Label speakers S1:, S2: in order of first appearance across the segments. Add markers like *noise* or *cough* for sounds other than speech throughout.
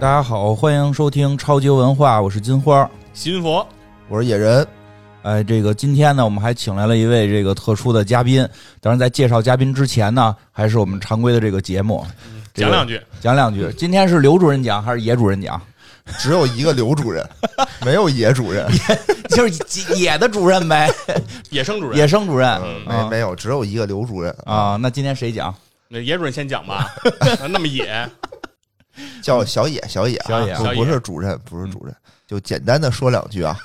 S1: 大家好，欢迎收听超级文化，我是金花。
S2: 新佛，
S3: 我是野人，
S1: 哎，这个今天呢，我们还请来了一位这个特殊的嘉宾。当然，在介绍嘉宾之前呢，还是我们常规的这个节目，这
S2: 讲
S1: 个
S2: 两句，
S1: 讲两 *laughs* 句。今天是刘主任讲还是野主任讲？
S3: 只有一个刘主 *laughs* 任，没有野主任，
S1: *laughs* 就是野的主任呗，嗯
S2: 野生主
S1: *laughs*
S2: 任
S1: 野，生主任。
S3: 没没有，只有一个刘主任，
S1: 啊，那今天谁讲？
S2: 那野主任先讲
S3: *laughs*
S2: 吧，那么野，
S3: 叫小野，小野啊，嗯
S1: 小野
S3: 不
S2: 小野
S3: 不是主任，不是主任，就简单的说两句啊。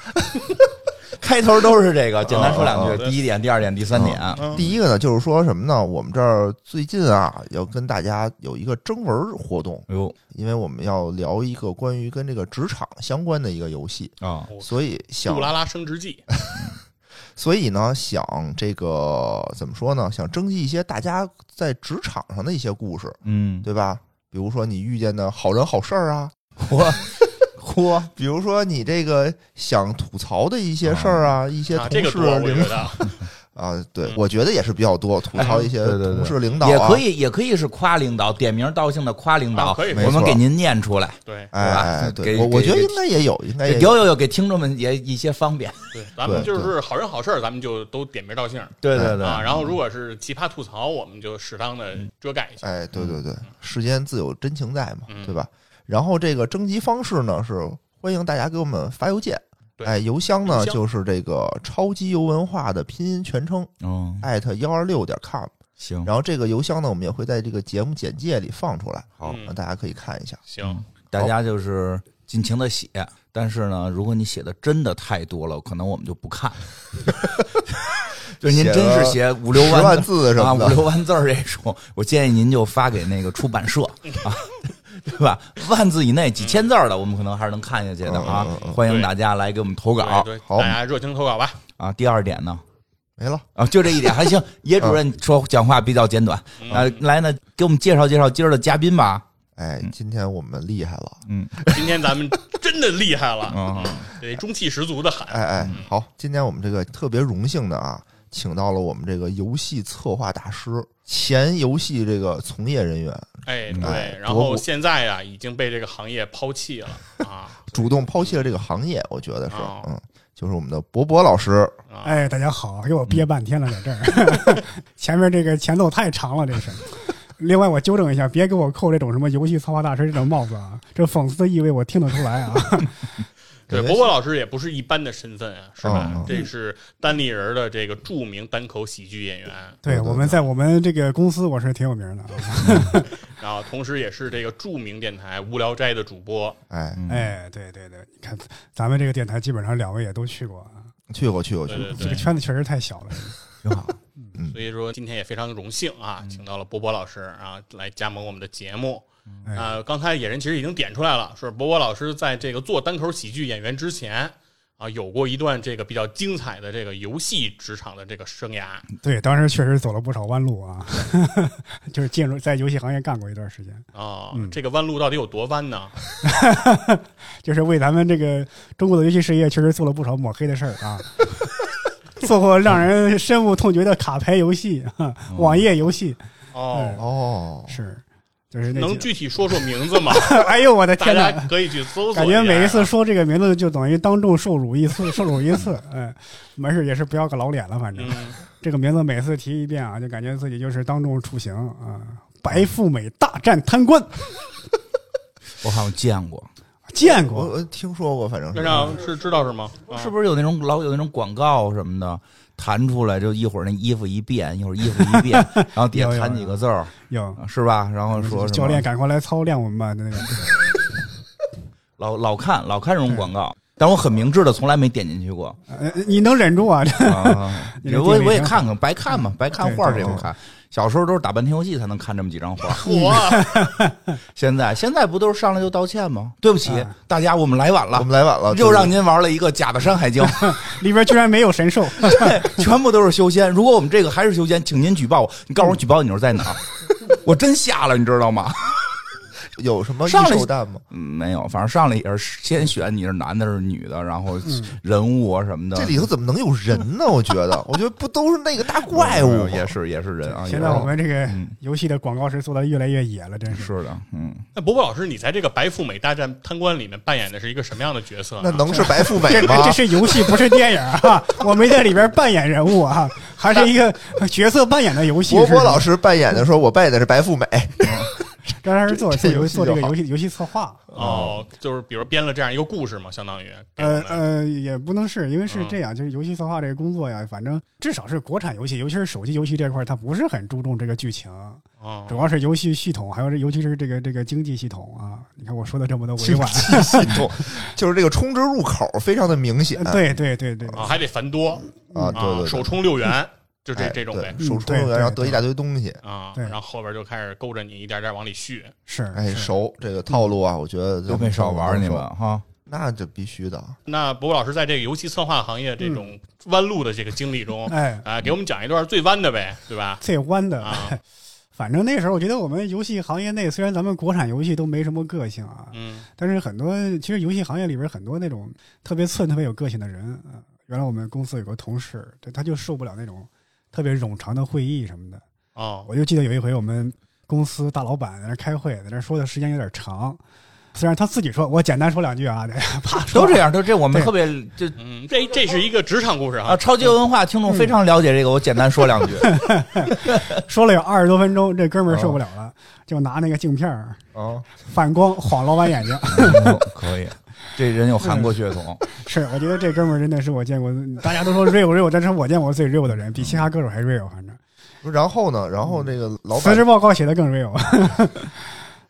S1: 开头都是 *laughs* 这个，简单说两
S2: 哦
S1: 句。
S2: 哦哦
S1: 第一点，第二点，第三点。
S2: 嗯
S3: 第一个呢，就是说什么呢？我们这儿最近啊，要跟大家有一个征文活动，
S1: 哎呦
S3: 因为我们要聊一个关于跟这个职场相关的一个游戏，
S1: 啊，
S3: 所以想
S2: 杜拉拉升职记，
S3: 所以呢，想这个怎么说呢？想征集一些大家在职场上的一些故事，
S1: 嗯，
S3: 对吧？比如说你遇见的好人好事儿啊，
S1: *laughs* 嚯嚯，
S3: 比如说你这个想吐槽的一些事儿啊，一些
S2: 啊，
S3: 同
S2: 这个
S3: 事
S2: 多，我觉
S3: 领导
S2: 得，
S3: 啊，
S2: 嗯
S3: 对，我觉得也是比较多，吐槽一些
S1: 哎对对对
S3: 同事领导
S1: 也
S3: 啊
S1: 可，以，也可以是夸领导，点名道姓的夸领
S2: 啊
S1: 导。
S2: 可以，
S3: 没
S1: 我们
S3: 错
S1: 给您念出来。
S2: 对
S3: 哎
S1: 吧
S3: 哎，
S1: 给
S3: 对，我我
S1: 给
S3: 觉得应该也有，应该也有，
S1: 有有有，给听众们也一些方便。
S2: 对，咱们
S3: 对
S2: 就是好人好事儿，咱们就都点名道姓
S1: 对
S3: 对
S1: 对
S2: 啊。然后如果是奇葩吐槽，我们就适当的遮盖一下。
S3: 哎，对
S1: 嗯
S3: 对对，世间自有真情在嘛，
S2: 嗯
S3: 对吧？然后这个征集方式呢是欢迎大家给我们发邮件。
S2: 对
S3: 哎，邮箱
S2: 邮
S3: 呢
S2: 箱
S3: 就是这个超级游文化的拼音全称
S1: 嗯，
S3: 艾特幺二六点 com，
S1: 行，
S3: 然后这个邮箱呢我们也会在这个节目简介里放出来，
S2: 好
S3: 让大家可以看一下。
S2: 行，
S1: 嗯大家就是尽情的写，但是呢，如果你写的真的太多了，可能我们就不看。就是您
S3: 写
S1: 真
S3: 了
S1: 是写五六
S3: 10
S1: 万
S3: 万字什
S1: 啊，
S3: 么的
S1: 五六万字儿这种，我建议您就发给那个出版
S2: *laughs*
S1: 社啊，对吧？万字以内、几千字儿的，我们可能还是能看下去的啊
S3: 嗯嗯。嗯
S1: 欢迎
S2: 对
S1: 大家来给我们投
S2: 对
S1: 稿
S2: 对，
S3: 好
S2: 大家热情投稿吧。
S3: *laughs*
S1: 啊。第二点呢，
S3: 没了。
S1: 啊，就这一点还
S3: *laughs*
S1: 行。野
S3: 嗯
S1: 主任说讲话比较简短，
S2: 嗯
S1: 啊，来呢，给我们介绍介绍今儿的嘉宾吧。
S3: 哎，
S1: 嗯
S3: 今天我们厉害了，
S2: 今天咱们真的厉害了，
S1: 嗯
S2: 嗯得中气十足的喊。
S3: 哎哎，好，今天我们这个特别荣幸的啊，请到了我们这个游戏策划大师、前游戏这个从业人员，
S2: 哎，
S3: 哎
S2: 对，然
S3: 多
S2: 后
S3: 不
S2: 现在啊，已经被这个行业抛弃了啊
S3: 主动抛弃了这个行业，我觉得是
S2: 哦，
S3: 嗯，就是我们的博博老师，
S2: 啊！
S4: 哎，大家好，给我憋半天了，在这儿， *laughs* 前面这个前奏太长了，这是。另外，我纠正一下，别给我扣这种什么游戏策划大师这种帽子啊，这讽刺意味我听得出来啊。 *laughs*
S2: 对，
S3: 感觉
S2: 伯伯老师也不是一般的身份啊，是吧？
S4: 哦
S3: 嗯嗯
S2: 这是单立人的这个著名单口喜剧演员，
S4: 对，
S3: 对对
S4: 我们在我们这个公司我是挺有名的啊。
S2: 然后同时也是这个著名电台《无聊斋》的主播。
S3: 哎，
S4: 哎，对对对，你看咱们这个电台基本上两位也都去过啊，
S1: 嗯
S3: 去过去过去
S2: 对
S3: 过，
S2: 对
S4: 这个
S2: 对，
S4: 圈子确实太小了。 *laughs*
S1: 挺好，
S2: 所以说今天也非常荣幸啊，
S4: 嗯
S2: 请到了波波老师啊来加盟我们的节目。
S4: 哎
S2: 啊，刚才野人其实已经点出来了，说波波老师在这个做单口喜剧演员之前啊，有过一段这个比较精彩的这个游戏职场的这个生涯。
S4: 对，当时确实走了不少弯路啊， *laughs* 就是进入在游戏行业干过一段时间，
S2: 啊、
S4: 嗯
S2: 这个弯路到底有多弯呢？
S4: 就是为咱们这个中国的游戏事业确实做了不少抹黑的事儿啊，做过让人深恶痛绝的卡牌游戏、哈
S1: 嗯
S4: 网页游戏，
S2: 哦，
S3: 哦，
S4: 是，就是那
S2: 能
S4: 几，
S2: 具体说说名字吗？
S4: *laughs* 哎呦我的
S2: 大
S4: 天
S2: 家
S4: 哪！
S2: 可以去搜索一下啊。
S4: 感觉每一次说这个名字就等于当众受辱一次，受辱一次。嗯，没事也是不要个老脸了，反正
S2: 嗯，
S4: 这个名字每次提一遍啊，就感觉自己就是当众处刑啊！
S1: 嗯
S4: 白富美大战贪官，
S1: 我好像见过，
S4: 见
S3: 我
S1: 哎
S4: 过
S3: 我听说过，反正
S2: 院
S3: 是
S2: 长是知道是吗？
S4: 哦
S2: 啊
S1: 是不是有那种老有那种广告什么的弹出来，就一会儿那衣服一变，一会儿衣服
S4: *laughs*
S1: 一变，然后底下
S4: 有有
S1: 弹几个字儿，
S4: 有。
S1: 是吧？然后说什么
S4: 教练，赶快来操练我们吧！那个，
S1: 老老看老看这种广告，但我很明智的从来没点进去过。
S4: 呃，你能忍住 *laughs* 啊？
S1: 啊，
S4: 你这
S1: 我
S4: 地位
S1: 我也
S4: 挺好
S1: 看看，白看嘛，白看画儿
S4: 嗯对
S1: 这
S4: 对
S1: 种看。小时候都是打半天游戏才能看这么几张
S4: *laughs*
S1: 画儿，
S2: 我
S1: *laughs* 现在现在不都是上来就道歉吗？对不起
S4: 啊
S1: 大家，我们来晚
S3: 我
S1: 了。
S3: 们来晚了，
S1: 又让
S3: 你
S1: 您玩了一个假的《山海经》，
S4: 里边居然没有神
S3: *laughs*
S4: 兽，
S1: 对， *laughs* 全部都是修仙。如果我们这个还是修 *laughs* 仙，请您举报我。你告诉我举报你是在哪儿？我真瞎了，你知道吗？
S3: 有什么预
S1: 上来
S3: 售弹吗？
S1: 嗯 *laughs* 没有，反正上来也是先选你是男的是女的，然后人物啊什么的。
S3: 这里头怎么能有人
S4: *laughs*
S3: 呢？我觉得，我觉得不都是那个大怪物吗？
S1: 也是也是人啊。
S4: 现在我们这个
S1: 嗯
S4: 游戏的广告词做的越来越野了，真
S1: 也
S4: 是。
S1: 是的，嗯，
S2: 啊那伯伯老师，你在这个《白富美大战贪官》里面扮演的是一个什么样的角色啊
S3: 那
S2: 呢？
S3: 能是白富美
S4: 这
S3: 吗？
S4: 这是游戏，不是电影啊！我没在里边扮演人物啊，还是一个角色扮演的游戏。
S3: 博
S4: 是吧
S3: 博老师扮演的时候，我扮演的是白富美， *laughs*
S4: 张然是做
S3: 这
S4: 做
S3: 这游
S4: 游
S3: 戏
S4: 做这个
S3: 就好
S4: 游戏游戏策划，
S2: 哦，就是比如编了这样一个故事嘛，相当于给我
S4: 呃
S2: 们
S4: 呃，也不能是因为
S3: 嗯
S4: 是这样，就是游戏策划这个工作呀，反正至少是国产游戏，尤其是手机游戏这块儿，它不是很注重这个剧情，
S2: 哦
S4: 主要是游戏系统，还有这尤其是这个这个经济系统啊。你看我说的这么多委
S3: 经
S4: 婉，
S3: 济系统就是这个充值入口非常的明显。
S4: *laughs* 对对对对，
S2: 啊，还得繁多
S3: 啊，对
S2: 啊，
S3: 对，
S2: 首
S3: 对
S2: 充六元，
S3: *laughs*
S2: 就这
S3: 哎
S2: 这种
S3: 对
S2: 呗
S3: 手充
S4: 嗯对
S3: 员，然后
S4: 对
S3: 得一大堆东西。
S2: 啊，
S4: 对
S2: 然后后边就开始勾着你一点点往里续。
S4: 是
S3: 哎，
S4: 是嗯
S3: 熟这个套路啊，我觉得
S1: 都没少玩你们
S3: 们，
S1: 哈。
S3: 那这必须的。
S2: 那伯伯老师在这个游戏策划行业这种弯路的这个经历中，
S4: 哎，
S2: 啊，给我们讲一段最弯的呗，对吧？
S4: 最弯的。
S2: 啊，
S4: *laughs* 反正那时候我觉得我们游戏行业内，虽然咱们国产游戏都没什么个性啊，
S2: 嗯，
S4: 但是很多其实游戏行业里边很多那种特别寸、特别有个性的人啊、呃原来我们公司有个同事，他他就受不了那种特别冗长的会议什么的。
S2: 哦，
S4: 我就记得有一回我们公司大老板在那开会，在那说的时间有点长，虽然他自己说我简单说两句啊，啪说
S1: 都这样，都这我们
S4: 对
S1: 特别就
S2: 嗯，这这是一个职场故事
S1: 啊，
S2: 啊，
S1: 超级文化听众非常了解这个，我简单说两 *laughs* 句。
S4: *laughs* 说了有二十多分钟，这哥们儿受不了
S2: 哦
S4: 了，就拿那个镜片儿
S3: 啊，
S4: 反光晃老板眼睛。
S1: *laughs* 可以，嗯这人有韩国血统，
S4: 是，我觉得这哥们儿真的是我见过，大家都说 real real，但是我见过最 real 的人，比其他歌手还 real，反正
S3: 然后呢，然后这个老
S4: 辞
S3: 板
S4: 职报告写的更 real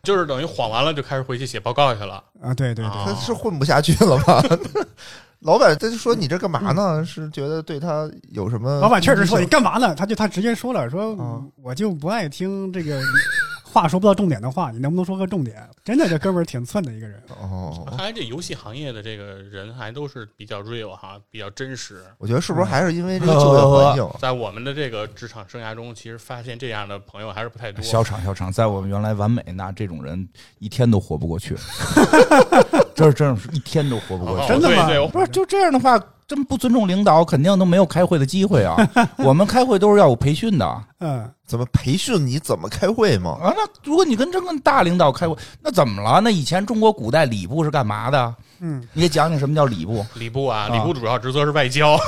S2: 就是等于晃完了就开始回去写报告去了。
S4: 啊！对对对，
S3: 他是混不下去了吧？ *laughs* 老板他就说你这干嘛呢？是觉得对他有什么？
S4: 嗯老板确实说你干嘛呢？他就他直接说了，说
S3: 嗯啊
S4: 我就不爱听这个话说不到重点的话，你能不能说个重点？真的，这哥们儿挺寸的一个人。
S2: 看
S3: 哦，
S2: 来这游戏行业的这个人还都是比较 real 哈，比较真实。
S3: 我觉得
S4: 嗯
S3: 是不是还是因为这
S1: 哦
S3: 个就业环境？
S2: 在我们的这个职场生涯中，其实发现这样的朋友还是不太多。
S1: 小厂小厂，在我们原来完美，那这种人一天都活不过
S2: *laughs*
S1: 去，这是真是一天都活不过
S2: 哦
S1: 去。
S4: 真的吗
S2: 对对，我
S1: 不是就这样的话，真不尊重领导，肯定都没有开会的机会
S2: *laughs*
S1: 啊。我们开会都是要有培训的啊。
S4: 嗯，
S3: 怎么培训你怎么开会吗？
S1: 那如果你跟真跟大领导开会，那怎么了？那以前中国古代礼部是干嘛的？
S4: 嗯，
S1: 你给讲讲什么叫礼部？ *laughs*
S2: 礼部
S1: 啊
S2: 啊，礼部主要职责是外交，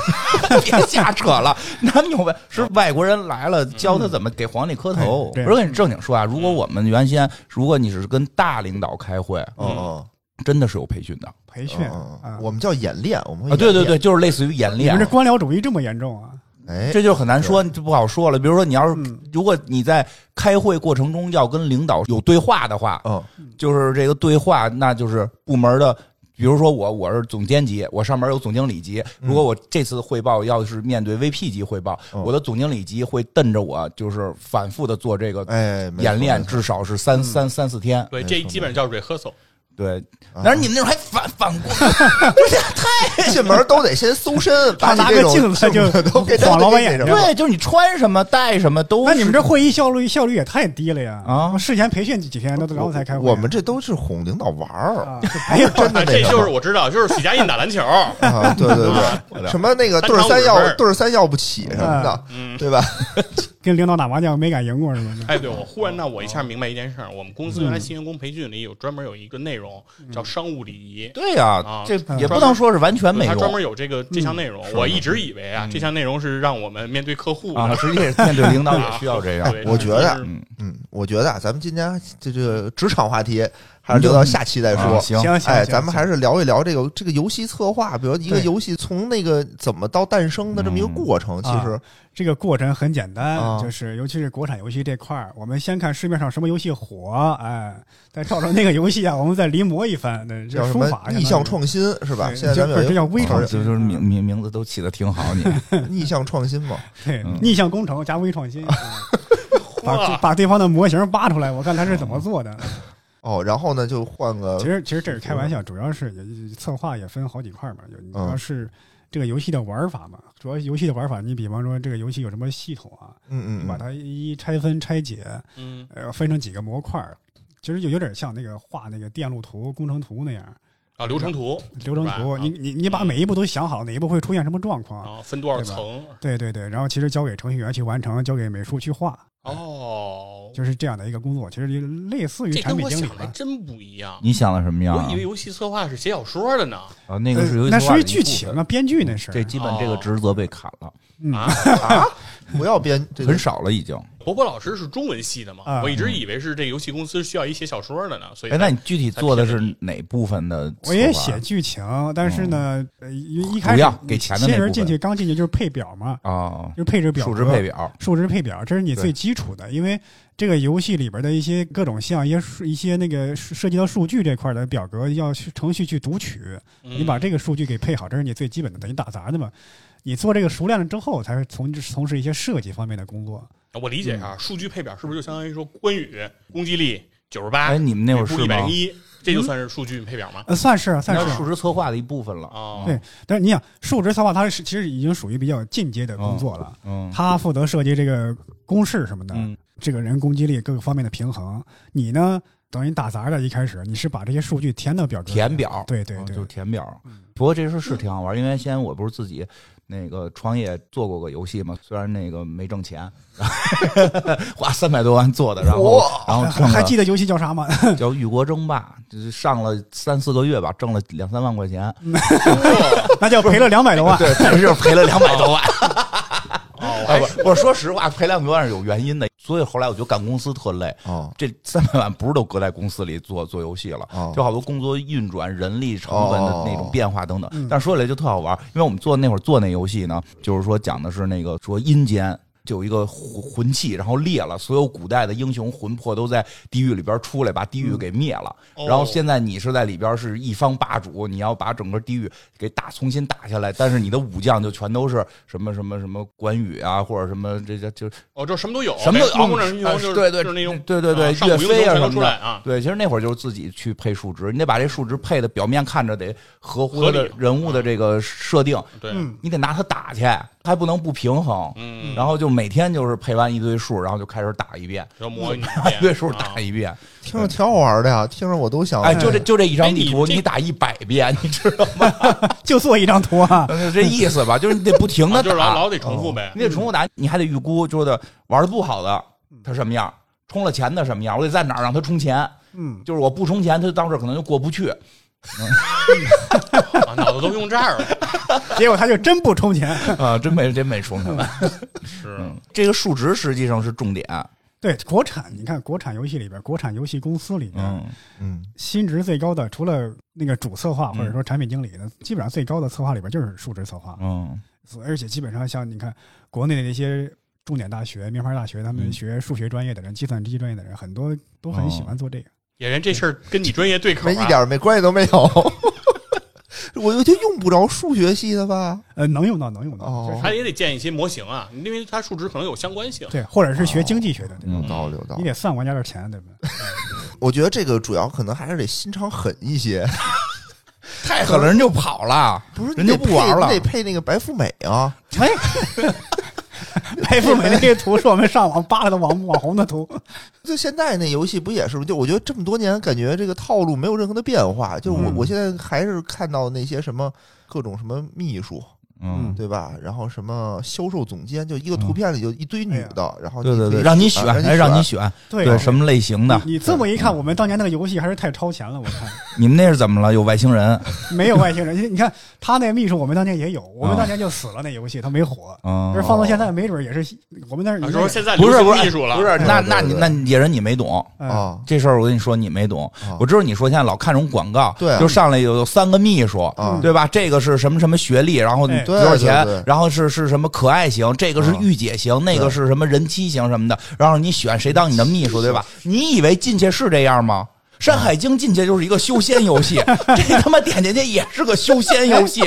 S1: 别瞎扯了，哪有呗？是外国人来了，教他怎么给皇帝磕头。
S4: 嗯哎对
S1: 我跟你正经说啊，如果
S2: 嗯
S1: 我们原先，如果你是跟大领导开会，
S3: 哦哦，
S1: 真的是有培训的啊！
S4: 培训
S3: 哦
S4: 啊，
S3: 我们叫演练，我们会
S1: 对对
S3: 演练，
S1: 对，就是类似于演
S4: 你
S1: 练
S4: 们这，官僚主义这么严重啊？
S3: 哎，
S1: 这就很难说，就不好说了。比如说，你要是
S4: 嗯
S1: 如果你在开会过程中要跟领导有对话的话，
S3: 嗯
S1: 就是这个对话，那就是部门的。比如说我我是总监级，我上面有总经理级。如果我这次汇报要是面对 VP 级汇报，
S3: 嗯
S1: 我的总经理级会瞪着我，就是反复的做这个
S3: 哎，没错
S1: 演
S3: *laughs*
S1: 练，
S3: 没错
S1: 至少是三三三四天。
S2: 对，
S3: 没
S2: 这
S3: 错
S2: 基本上叫 rehearsal。
S1: 对，
S3: 啊
S1: 但是你们那种还反反过， *laughs*
S3: 进门都得先搜
S4: *laughs*
S3: 身，把你
S4: 他拿
S3: 这
S4: 个
S3: 种
S4: 镜子就
S3: *laughs* 都给
S4: 晃老板眼睛。
S1: 对，就是你穿什么带什么都是。
S4: 那你们这会议效率效率也太低了呀！
S1: 啊
S4: 事前培训几天都然后才开会啊。
S3: 我们这都是哄领导玩儿
S4: 啊，哎呀，
S3: 真
S2: *laughs*
S3: 的
S2: 啊这
S3: 那种
S2: 就是我知道，就是许家印打篮球，
S3: 啊，对对
S1: 嗯
S2: *laughs*
S3: 对，什么那个
S2: 三
S3: 对儿
S2: 场
S3: 三
S2: 五
S3: 要
S2: 分儿
S3: 对儿三要不起什么
S4: 啊
S3: 的，
S2: 嗯，
S3: 对吧？ *laughs*
S4: 跟领导打麻将没敢赢过是吗？
S2: 哎，对，我忽然呢，我一下明白一件事儿，我们公司原来新员工培训里有专门有一个内容叫商务礼仪。
S1: 对呀、
S2: 啊
S1: 这
S4: 嗯
S1: 也不能说是完全没
S2: 对它专
S1: 用
S2: 门有这个这项内容，我一直以为啊，这项内容是让我们面对客户的
S1: 啊，实际面对领导也需要这样。
S2: *laughs* 对哎
S3: 我觉得
S2: 就是
S3: 嗯，我觉得啊，咱们今天这这个职场话题还是留到下期再
S1: 啊
S3: 说。
S1: 行
S4: 行行，
S3: 哎，
S4: 行
S3: 咱们还是聊一聊这个这个游戏策划，比如一个
S4: 对
S3: 游戏从那个怎么到诞生的这么一个过程，其实
S4: 这个过程很简单，
S3: 啊
S4: 就是尤其是国产游戏这块儿，我们先看市面上什么游戏火，哎，再照着那个游戏啊，我们再临摹一番，
S3: *laughs*
S4: 对，这
S3: 叫什
S4: 书
S3: 么
S4: 法
S3: 逆向创新是吧？
S4: 对
S3: 现在咱们有
S4: 这
S3: 一
S4: 这叫
S3: 个
S4: 微
S1: 就
S4: 创
S1: 是
S4: 新
S1: 啊就是名名名字都起的挺好，你
S3: 逆向创新嘛，
S4: 对、
S1: 嗯
S4: 逆向工程加微
S3: *laughs*
S4: 创新，嗯把
S1: 啊
S2: 哇
S4: 把对方的模型扒出来，我看他是怎么做的。
S3: 哦，然后呢就换个
S4: 其实其实这是开玩笑，主要是也策划也分好几块儿嘛，有
S3: 嗯
S4: 主要是这个游戏的玩法嘛，主要游戏的玩法，你比方说这个游戏有什么系统啊，
S3: 嗯嗯
S4: 把
S3: 嗯
S4: 它一一拆分拆解，
S2: 嗯，
S4: 呃，分成几个模块儿，其实就有点像那个画那个电路图、工程图那样
S2: 啊，流程图，
S4: 流程图。
S2: Right，
S1: 啊
S4: 你你你把每一步都想好，哪一步会出现什么状
S2: 然
S1: 哦
S4: 况？
S2: 后啊分多少
S4: 对吧
S2: 层，
S4: 对对对，然后其实交给程序员去完成，交给美术去画，
S1: 哎
S2: 哦，
S4: 就是这样的一个工作。其实就类似于
S2: 这
S4: 产
S2: 跟
S4: 品
S2: 我
S4: 经理
S2: 想的还
S4: 吧。
S2: 真不一样。
S1: 你想的什么样啊？
S2: 我以为游戏策划是写小说的呢，
S1: 啊，那个是游
S4: 呃
S1: 戏
S4: 那
S1: 策划的
S4: 属于
S1: 一
S4: 剧
S1: 部
S4: 情
S1: 分
S4: 啊，编剧那是。
S1: 这基本这
S2: 哦
S1: 个职责被砍了，*laughs*
S4: 嗯
S2: 啊
S3: 嗯不要编这个
S1: 很少了已经。
S2: 伯伯老师是中文系的嘛，
S4: 啊
S2: 我一直以为是这个游戏公司需要一写小说的呢，所
S1: 嗯
S2: 以
S1: 哎，
S2: 才
S1: 那你具体做的是哪部分的策划？哦
S4: 我也写剧情，但是呢，呃一一开
S1: 主
S4: 始
S1: 要给钱的那
S4: 新人
S1: 部分
S4: 进去刚进去就是配表嘛，
S1: 啊，
S4: 就是配置表格、
S1: 数值配表，
S4: 数值配表，这是你
S1: 对
S4: 最基础的，因为这个游戏里边的一些各种项、一些数一些那个涉及到数据这块的表格，要去程序去读取，
S2: 嗯
S4: 你把这个数据给配好，这是你最基本的，等于打杂的嘛。你做这个熟练了之后，才是从从事一些设计方面的工作。
S2: 我理解一
S1: 嗯
S2: 下啊，数据配表是不是就相当于说关羽攻击力九十八
S1: 哎，，你们那会儿
S2: 吕布
S1: 是嗯
S2: 一百
S1: 吗
S2: 零？一，这就算是数据配表吗？
S4: 呃，算是啊算
S1: 那
S4: 是啊。
S1: 数值策划的一部分了。嗯
S2: 哦，
S4: 对但是你想，数值策划它是其实已经属于比较进阶的工作了，
S1: 嗯，
S4: 他负责设计这个公式什么的，
S1: 嗯
S4: 这个人攻击力各个方面的平衡。你呢，等于打杂的，一开始你是把这些数据填到表格里，
S1: 填表
S4: 对对
S1: 嗯
S4: 对
S1: 就，填表。不过这事儿是挺好玩，因为先我不是自己那个创业做过个游戏嘛，虽然那个没挣钱， *laughs* 花三百多万做的，然后然后
S4: 还
S1: 创
S4: *laughs* 还
S1: 了
S4: 记得游戏叫啥吗？ *laughs*
S1: 叫《与国争霸》，就是上了三四个月吧，挣了两三万块钱，
S4: 那叫赔了两百多
S1: *laughs*
S4: 万。
S1: 对，但是赔了两百多万。 *laughs*
S2: 哦，我
S1: 哎
S2: 还
S1: 不，我说实话，赔两百万是有原因的，所以后来我就干公司特累。
S3: 哦
S1: 这三百万不是都搁在公司里做做游戏了，
S3: 哦
S1: 就好多工作运转、人力成本的那种变化等等。
S4: 嗯
S1: 但说起来就特好玩，因为我们做那会儿做那游戏呢，就是说讲的是那个说阴间。就有一个魂魂器，然后裂了，所有古代的英雄魂魄都在地狱里边出来，把地狱给灭了。
S2: 哦
S1: 然后现在你是在里边是一方霸主，你要把整个地狱给打重新打下来，但是你的武将就全都是什么什么什么关羽啊，或者什么这这就
S2: 哦，这什么都有，
S1: 什么都
S2: 光棍英雄
S1: 啊
S2: 就是
S1: 对对
S2: 就是那种
S1: 对对对
S2: 啊上
S1: 岳
S2: 古英雄
S1: 飞啊
S2: 全
S1: 什
S2: 都
S1: 么
S2: 出
S1: 的
S2: 来啊，
S1: 对，其实那会儿就是自己去配数值，你得把这数值配的表面看着得合乎
S2: 合
S1: 的
S2: 理嗯
S1: 人物的这个设定，
S2: 对，
S4: 嗯，
S1: 你得拿它打去，还不能不平衡。
S2: 嗯，
S1: 然后就每天就是配完一堆数，然后就开始打一遍，
S2: 然后模拟一
S1: 把一
S2: 遍
S1: 堆数
S2: 啊
S1: 打一遍。
S3: 听着挺好玩的呀，听着我都想
S1: 哎，就这就这一
S2: 哎
S1: 张
S2: 你
S1: 地图，
S2: 这
S1: 你打一百遍，你知道吗？ *laughs*
S4: 就做一张图啊。
S1: 就这意思吧，就是你得不停
S2: 啊
S1: 的
S2: 就是
S1: 打，
S2: 老老得重复呗
S1: 你，得重复打，你还得预估，就是的玩的不好的他什么样，充了钱的什么样，我得在哪儿让他充钱。
S4: 嗯，
S1: 就是我不充钱，他当时可能就过不去。
S2: 啊脑子都用这儿了，
S4: 结果他就真不充钱。
S1: 啊，真没真没充钱。
S2: 是
S1: 嗯，这个数值实际上是重点。
S4: 对，国产，你看国产游戏里边，国产游戏公司里边，
S1: 嗯，
S3: 嗯
S4: 薪职最高的，除了那个主策划或者说产品经理的，基本上最高的策划里边就是数值策划。
S1: 嗯，
S4: 所以而且基本上像你看国内的那些重点大学、名牌大学，他们
S1: 嗯哦
S4: 学数学专业的人、计算机专业的人，很多都很喜欢做这个。
S2: 演员这事儿跟你专业对口啊，
S3: 没一点儿没关系都没有。 *laughs* 我就用不着数学系的吧？
S4: 呃，能用到，能用到，
S3: 哦
S4: 就是
S2: 他也得建一些模型啊，因为它数值可能有相关性。
S4: 对，或者是学经济学的，对吧
S1: 嗯
S3: 有道理，有道
S4: 你
S3: 理。
S4: 得算玩家点钱，对不对？
S3: 我觉得这个主要可能还是得心肠狠一些，
S1: 太狠了，人就跑了，
S3: 不是
S1: 人就
S3: 你得
S1: 不玩
S3: 配
S1: 了
S3: 你。得配那个白富美啊，
S4: 哎，白富美那个图是我们上网扒来的网网红的图，
S3: 就现在那游戏不也是吗？就我觉得这么多年，感觉这个套路没有任何的变化。就我、
S4: 嗯
S3: 我现在还是看到那些什么各种什么秘书，
S1: 嗯，
S3: 对吧？然后什么销售总监，就一个图片里就一
S2: 哎
S3: 堆女的，然后
S1: 对对
S3: 可
S1: 对，
S3: 以
S1: 让你选
S3: 选，，啊
S1: 哎，让你选，
S4: 对
S1: 对什么类型的？
S4: 你这么一看，我们当年那个游戏还是太超前了。我看
S1: 你们那是怎么了？有外星人？
S4: 没有外星人，你看他那秘书，我们当年也有，我
S1: 啊
S4: 们当年就死了那游戏，他没火。
S1: 嗯
S4: 但，是放到现在，没准也是我们那儿
S2: 啊
S4: 你
S2: 说
S4: 说
S2: 现在
S1: 不
S2: 流
S1: 是
S2: 行
S1: 不是
S2: 艺术了，
S1: 不是，那
S3: 对对
S1: 那你
S3: 对
S1: 那野人你没懂
S4: 啊，
S3: 啊
S1: 这事儿，我跟你说你没懂
S3: 啊。
S1: 我知道你说现在老看这种广告，
S3: 对啊
S1: 就上来有有三个秘书，
S3: 啊，
S1: 对吧？这个是什么什么学历，然后
S4: 哎
S1: 多少钱
S3: 对啊对对，
S1: 然后是是什么可爱型，这个是御姐型，那个是什么人妻型什么的，然后你选谁当你的秘书，对吧？你以为进去是这样
S3: 啊
S1: 吗？《山海经》进去就是一个修仙游
S3: *laughs*
S1: 戏，这他妈点进去也是个修仙游
S3: 哎
S1: 戏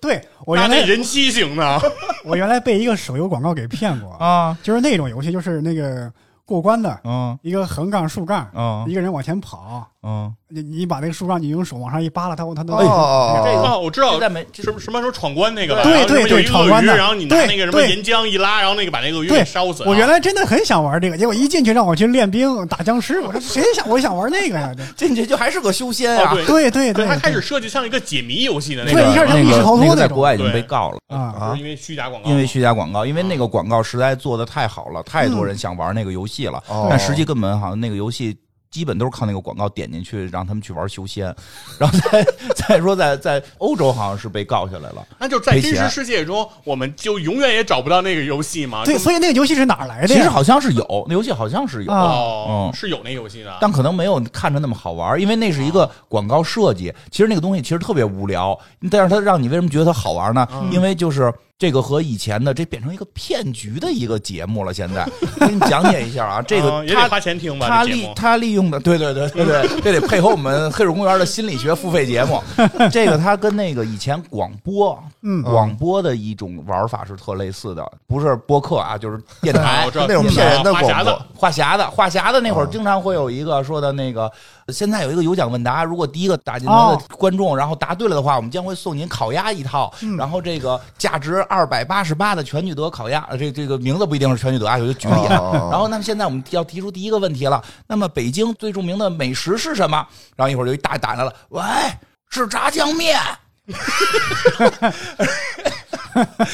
S4: 对我
S2: 那
S4: 原
S2: 那
S4: 来
S2: 人机型呢？
S4: 我原来被一个手游广告给骗过，
S1: 啊！
S4: 就是那种游戏，就是那个过关的
S1: 嗯
S4: 一个横杠竖杠，
S1: 嗯
S4: 一个人往前跑，
S1: 嗯，
S4: 你你把那个树让你用手往上一扒拉，它它能
S3: 哦哦
S1: 哎这
S3: 哦
S1: 个
S2: 啊，我知道
S1: 现，在没这
S2: 什么什么时候闯关那个吧？
S4: 对
S2: 然后什
S4: 对
S2: 么有
S4: 对
S2: 一
S4: 闯
S2: 鳄
S4: 关
S2: 鱼，
S4: 的
S2: 然后你拿
S4: 对
S2: 那个什么
S4: 对
S2: 岩浆一拉，然后那个把那个鳄鱼
S4: 对
S2: 给烧死啊。
S4: 我原来真的很想玩这个，结果一进去让我去练兵打僵尸，我说谁想我想玩那个呀？这
S1: 进去就还是个修仙
S2: 哦
S1: 啊。
S2: 对
S4: 对
S2: 对，
S4: 对
S2: *laughs*
S4: 对，
S2: 它开始设计像一个解谜游戏的那
S1: 那
S4: 对
S1: 个
S4: 一
S2: 个，
S4: 下就密室逃脱
S1: 那个
S4: 那
S1: 在
S4: 种
S1: 国外已经被
S2: 对
S1: 告了。
S4: 啊，
S2: 就是因为虚假广告嘛，
S1: 因为虚假广告，因为那
S4: 哦
S1: 个广告实在做的太好了，太
S4: 嗯
S1: 多人想玩那个游戏了，
S3: 哦
S1: 但实际根本好像那个游戏基本都是靠那个广告点进去，让他们去玩修仙，然后再再说在在欧洲好像是被告下来了，
S2: 那就在
S1: 赔
S2: 真
S1: 钱
S2: 实世界中，我们就永远也找不到那个游戏嘛。
S4: 对，
S2: 就
S4: 所以哎那个游戏是哪儿来的
S1: 其
S4: 呀？
S1: 实好像是有那游戏好像是有，
S4: 啊
S2: 哦
S1: 嗯，
S2: 是有那游戏的。
S1: 但可能没有看着那么好玩，因为那是一
S4: 啊
S1: 个广告设计。其实那个东西其实特别无聊，但是它让你为什么觉得它好玩呢？
S4: 嗯
S1: 因为就是这个和以前的这变成一个骗局的一个节目了。现在我给你讲解一下啊，这
S2: 啊
S1: 个
S2: 也得
S1: 它
S2: 花钱听吧？
S1: 他
S2: 这节
S1: 利
S2: 目
S1: 他利用的，对对对对对，
S2: *laughs*
S1: 这得配合我们黑水公园的心理学付费节
S3: *laughs*
S1: 目。这个它跟那个以前广播，
S4: 嗯
S1: 广播的一种玩法是特类似的，不是播客啊，就是电
S2: 啊
S1: 台
S2: 我知道
S3: 那种
S2: 电
S3: 骗
S2: 脑
S3: 人的
S2: 花
S3: 广
S2: 匣
S3: 播
S2: 子
S1: 话匣子，话匣子那
S3: 哦
S1: 会儿经常会有一个说的那个，现在有一个有奖问答，如果第一个打进来的
S4: 哦
S1: 观众，然后答对了的话，我们将会送您烤鸭一套，
S3: 嗯
S1: 然后这个价值二百八十八的全聚德烤鸭，呃这这个名字不一定是全聚德啊，我就举例啊。
S3: 哦哦哦
S1: 然后那么现在我们要提出第一个问题了，那么北京最著名的美食是什么？然后一会儿有一大打来了，喂，是炸酱面。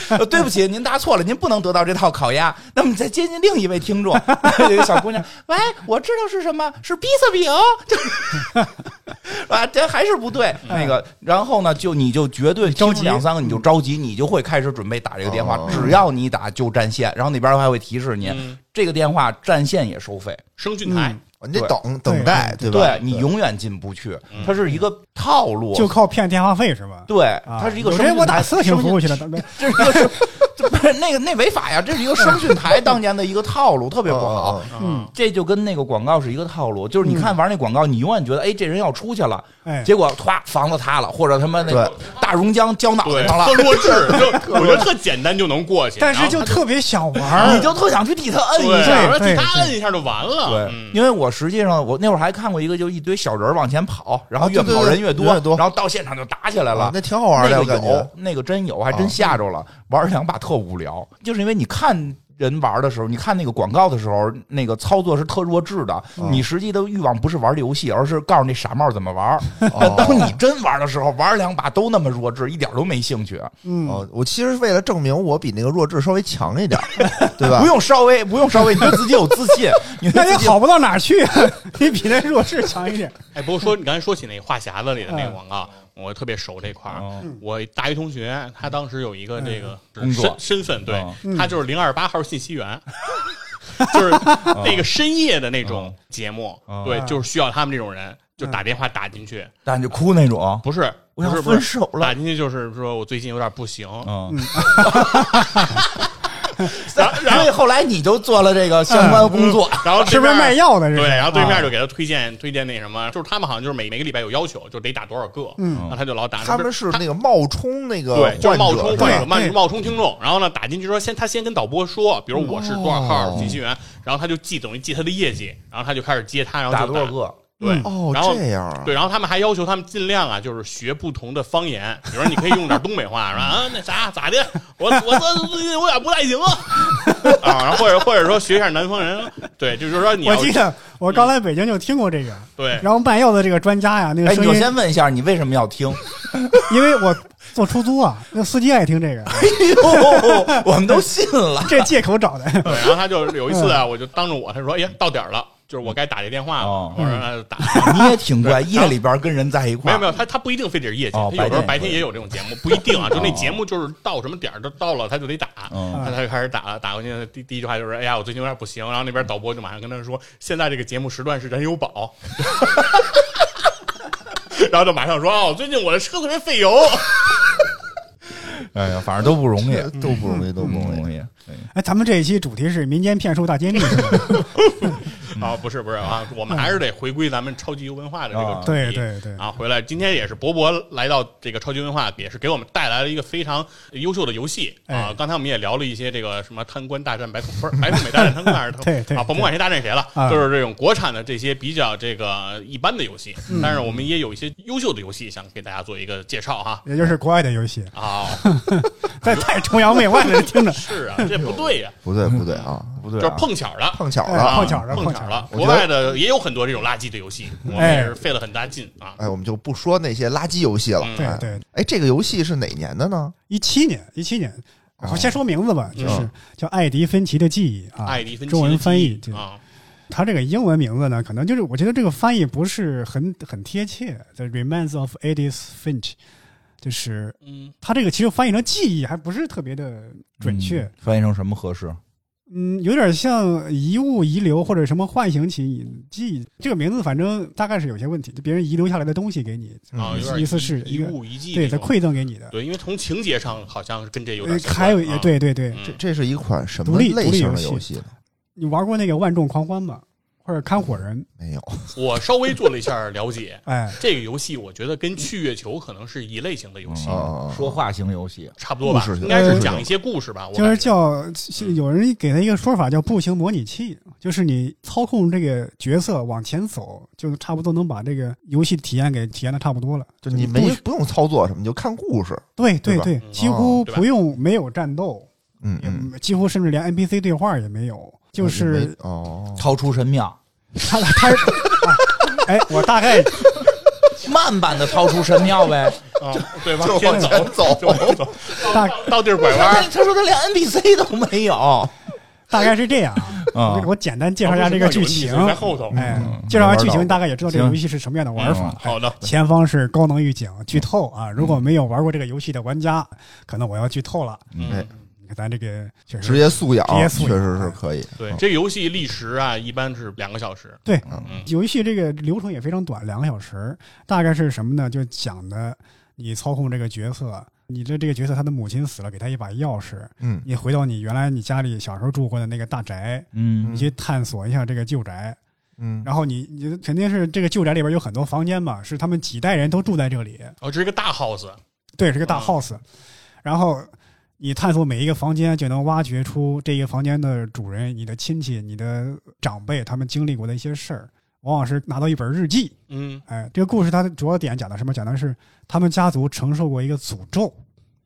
S1: 呃对不起，您答错了，您不能得到这套烤鸭。那么再接近另一位听众， *laughs* 有一个小姑娘，喂，我知道是什么，是披萨饼， *laughs* 啊，这还是不对。那个，然后呢，就你就绝对听
S4: 嗯着急嗯
S1: 两三个你就着急，你就会开始准备打这个电话
S3: 哦，
S1: 只要你打就占线，然后那边还会提示您
S2: 嗯
S1: 这个电话占线也收费，
S2: 声俊台
S4: 嗯
S3: 哦你得
S1: 对嗯
S3: 等等
S4: 哎
S3: 待，对吧？
S1: 对你永远进不去，它是一个套路，
S4: 嗯就靠骗电话费是吧？
S1: 对，
S4: 啊
S1: 它是一个
S4: 有
S1: 声
S4: 这
S1: 讯
S4: 我打
S1: 台
S4: 色情服务去了，咱们
S1: *laughs* 这是一个是，这不是那个那违法呀，这是一个声讯台当年的一个套路，特别不好。
S2: 啊
S3: 哦哦
S4: 嗯，
S1: 这就跟那个广告是一个套路，就是你
S3: 嗯
S1: 看玩那广告，你永远觉得哎这人要出去了，
S4: 哎，
S1: 结果唰房子塌了，或者他妈那
S3: 对
S1: 个大溶浆浇脑袋
S2: 对，
S1: 上了
S2: 特，
S1: *laughs*
S2: 弱智，就我觉得特简单就能过去。
S4: 但是
S2: 然后
S4: 就
S2: 他
S4: 特别想玩
S1: 你
S4: 儿，
S1: 就特想去替他摁
S2: 对，
S1: 一下。哎
S2: 然后替
S4: 对
S2: 他
S4: 对
S2: 摁一下就完了。嗯
S1: 因为我实际上我那会儿还看过一个，就一堆小人儿往前跑，然后
S3: 啊
S1: 越
S3: 对对
S1: 跑
S3: 对
S1: 人越
S3: 人越多
S1: 然后到现场就打起来
S3: 哦
S1: 了。
S3: 那挺好玩的，
S1: 那
S3: 我
S1: 个
S3: 感
S1: 有
S3: 觉。，
S1: 那个真有，还真吓着了。玩了两把特无聊，就是因为你看人玩的时候，你看那个广告的时候，那个操作是特弱智的。你实际的欲望不是玩这游戏，而是告诉那傻帽怎么玩。但当你真玩的时候，玩两把都那么弱智，一点都没兴趣。
S4: 嗯，
S3: 哦，我其实为了证明我比那个弱智稍微强一
S1: *laughs*
S3: 点儿，对吧
S1: 不？用稍微，不用稍微，你对自己有自信，你对
S4: 那也
S1: 自己
S4: 好不到哪儿去，啊你比那弱智强一点。
S2: 哎，不过说你刚才说起那话匣子里的那个广告，我特别熟这块儿
S1: 嗯哦。嗯
S2: 我大学同学他当时有一个这个
S1: 工作
S2: 身身份，对
S1: 哦
S2: 他就是零二八号信息
S1: *laughs*
S2: 员。就是那个深夜的那种节目，
S1: 哦
S2: 对，就是需要他们这种人，就打电话打进去，
S1: 但就哭那种。
S2: 不是，
S1: 我
S2: 不
S1: 想
S2: 是，不
S1: 分
S2: 是，
S1: 手了
S2: 打。进去就是说我最近有点不行，
S1: 嗯，然后后来你就做了这个相
S4: 相
S1: 关
S4: 关
S1: 工作，
S2: 然后
S4: 是
S2: 这
S4: 不
S2: 边
S4: 是卖药的？这是
S2: 对，然后对面
S4: 啊
S2: 就给他推荐、推荐那什么，就是他们好像就是每每个礼拜有要求，就得打多少个，嗯，然后他就老打。
S3: 他们是那个冒充那个
S2: 对，就是
S3: 患
S2: 冒
S3: 者
S2: 充
S3: 是吧
S2: 患者，冒
S4: 对
S2: 冒充听众，然后呢打进去说先他先跟导播说，比如我是多少号信息员，然后他就记等于记他的业绩，然后他就开始接他，然后
S1: 打
S2: 就
S1: 多少个？
S2: 对，
S3: 哦，
S2: 然后
S3: 这样啊，
S2: 对，然后他们还要求他们尽量啊，就是学不同的方言，比如说你可以用点东北话，说啊那啥咋的，我我这最近有点不太行啊，啊，然后或者或者说学一下南方人，对，就是说你
S4: 我
S2: 要
S4: 记得我刚来北京就听过这个，
S2: 对，
S4: 然后卖药的这个专家呀，那
S1: 哎，你
S4: 个声
S1: 就
S4: 音，
S1: 先问一下，你为什么要听？
S4: 因为我坐出租啊，那司机爱
S1: *laughs*
S4: 听这个，
S1: 哎呦，我们都信 *laughs* 了。
S4: 这借口找的。
S2: 对，然后他就有一次
S4: 嗯
S2: 啊，我就当着我，他说：“哎呀，到点儿了，就是我该打这电话了。
S1: 哦
S2: 我说：“那打。
S1: 你也挺怪，夜里边跟人在一”
S2: 没
S1: 块
S2: 有
S1: 儿
S2: 没，有，他他不一定非得是夜间，
S1: 哦
S2: 他有时候
S1: 白
S2: 白
S1: 天
S2: 天
S1: 也
S2: 也有这种节目，不一 *laughs* 定啊。就那节目就是到什么点儿都到了，他就得打，
S1: 嗯
S2: 他他就开始打了，打过去第第一句话就是：“哎呀，我最近有点不行。”然后那边导播就马上跟他说：“现在这个节目时段是人有宝。” *laughs* 然后就马上说：“哦，最近我的车特别费油。
S1: 哎呀，反正都不容易，嗯
S3: 都不容易，都
S1: 都
S3: 不
S1: 不
S3: 容
S1: 容
S3: 易。
S1: 易。
S4: 哎，咱们这一期主题是民间骗术大揭秘，是吧
S2: 啊，不是不是啊，我们还是得回归咱们超级游文化的这个
S1: 啊
S2: 主
S4: 对
S2: 题
S4: 对对
S2: 啊，回来今天也是博博来到这个超级文化，也是给我们带来了一个非常优秀的游戏啊
S4: 哎。
S2: 刚才我们也聊了一些这个什么贪官大战白富不 *laughs* 是白富美大战贪官还是
S4: 对对
S2: 啊，甭管谁大战谁了，
S4: 啊
S2: 就是这种国产的这些比较这个呃一般的游戏，
S4: 嗯
S2: 但是我们也有一些优秀的游戏想给大家做一个介绍哈。
S4: 也就是国外的游戏，
S2: 啊，
S4: 但太崇洋媚外了，这 *laughs* 听
S2: *laughs*
S4: 着。
S2: 是啊，这不
S4: *laughs*
S2: 对呀、
S3: 不对不对啊，
S1: 不
S2: 就
S1: 对、
S2: 是
S1: 啊，
S2: 碰巧的。
S3: 碰巧
S4: 哎
S3: 了。
S4: 碰巧的
S2: 碰
S4: 碰
S2: 巧
S4: 巧
S2: 了
S4: 的，
S2: 国外的也有很多这种垃圾的游戏，我
S4: 哎
S2: 们也是费了很大劲啊。
S3: 哎，我们就不说那些垃圾游戏了。
S4: 对
S3: 哎
S4: 对，
S3: 哎，这个游戏是哪年的呢？
S4: 一七年，一七年，
S3: 哦
S4: 我先说名字吧，就是叫《艾迪芬奇的记忆》啊，
S2: 艾迪芬奇的
S4: 中文翻译
S2: 记忆
S4: 对
S2: 啊，
S4: 它这个英文名字呢，可能就是我觉得这个翻译不是很很贴切，叫《Remains of Edith Finch》，就是
S2: 嗯，
S4: 它这个其实翻译成记忆还不是特别的准确，
S1: 嗯翻译成什么合适？
S4: 嗯有点像遗物遗留或者什么唤醒起记忆这个名字，反正大概是有些问题，就别人遗留下来的东西给你，
S2: 啊，
S3: 嗯
S2: 有点
S4: 意思是
S2: 一
S4: 一个
S2: 物一迹
S4: 对，
S2: 那
S4: 它
S2: 种，
S4: 馈赠给你的，
S2: 对，因为从情节上好像跟这有
S4: 呃
S2: 点相关，
S4: 还有也
S2: 啊，
S4: 对对对，
S3: 这
S2: 嗯
S3: 这是一款什
S4: 独
S3: 么
S4: 立独立
S3: 类型的
S4: 游戏
S3: 游戏呢？
S4: 你玩过那个《万众狂欢》吗？或者《看火人》？
S3: 没有，
S2: 我稍微做了一下了解，
S4: 哎，
S2: 这个游戏我觉得跟《去月球》可能是一类型的游戏，
S3: 哦
S1: 说话型游戏，
S2: 差不多吧
S3: 故事，性
S2: 应该
S4: 呃
S2: 是讲一些故事吧，我
S4: 就是
S2: 感觉
S4: 叫是有人给他一个说法叫步行模拟器，就是你操控这个角色往前走，就差不多能把这个游戏体验给体验的差不多了。
S3: 就
S4: 就是
S3: 你
S4: 故
S3: 没
S4: 事
S3: 不用操作什么，你就看故事。
S4: 对对
S3: 对
S4: 对，
S2: 嗯
S4: 几乎不用没有战斗，
S3: 嗯哦嗯，
S4: 也几乎甚至连 NPC 对话也没有，就
S3: 你
S4: 是
S3: 没哦，
S1: 超出神庙，
S4: 他他。哎，我大概
S2: *laughs*
S1: 慢版的超出神庙呗。
S2: 啊，对吧？
S3: 就
S2: 先
S3: 往前走
S2: *laughs* 就往前
S3: *laughs*
S2: 走，
S4: 大
S2: 到地儿拐
S1: *laughs* 他
S4: *laughs*
S2: 弯，
S1: 他说他连 NPC 都没有，
S4: 大概是这样啊，
S1: 嗯
S4: 我给我简单介绍一下这个剧情
S2: 有问题在。后头。
S4: 哎
S1: 嗯，
S4: 介绍完剧
S3: 没玩
S4: 情，
S3: 到
S4: 大概也知道这个
S1: 行
S4: 游戏是什么样的玩法。
S1: 嗯
S2: 好的，
S4: 前方是高能预警，剧透啊！
S2: 嗯
S4: 如果没有玩过这个游戏的玩家，可能我要剧透了。
S2: 嗯
S3: 哎。
S4: 你看咱这个确
S3: 职
S4: 实
S3: 业素养
S4: 职业素
S3: 确
S4: 养
S3: 实是可以。
S2: 对
S3: 嗯，
S2: 这个游戏历时啊，一般是两个小时。
S4: 对
S2: 嗯
S4: 游戏这个流程也非常短，两个小时，大概是什么呢？就讲的你操控这个角色，你的这个角色他的母亲死了，给他一把钥匙，
S3: 嗯
S4: 你回到你原来你家里小时候住过的那个大宅，
S1: 嗯
S4: 你去探索一下这个旧宅，
S3: 嗯，
S4: 然后你你肯定是这个旧宅里边有很多房间嘛，是他们几代人都住在这里，
S2: 哦，这是一个大 house，
S4: 对，是个大
S2: 啊
S4: house。然后你探索每一个房间，就能挖掘出这个房间的主人、你的亲戚、你的长辈他们经历过的一些事儿。往往是拿到一本日记，
S2: 嗯
S4: 哎，这个故事它的主要点讲的什么？讲的是他们家族承受过一个诅咒，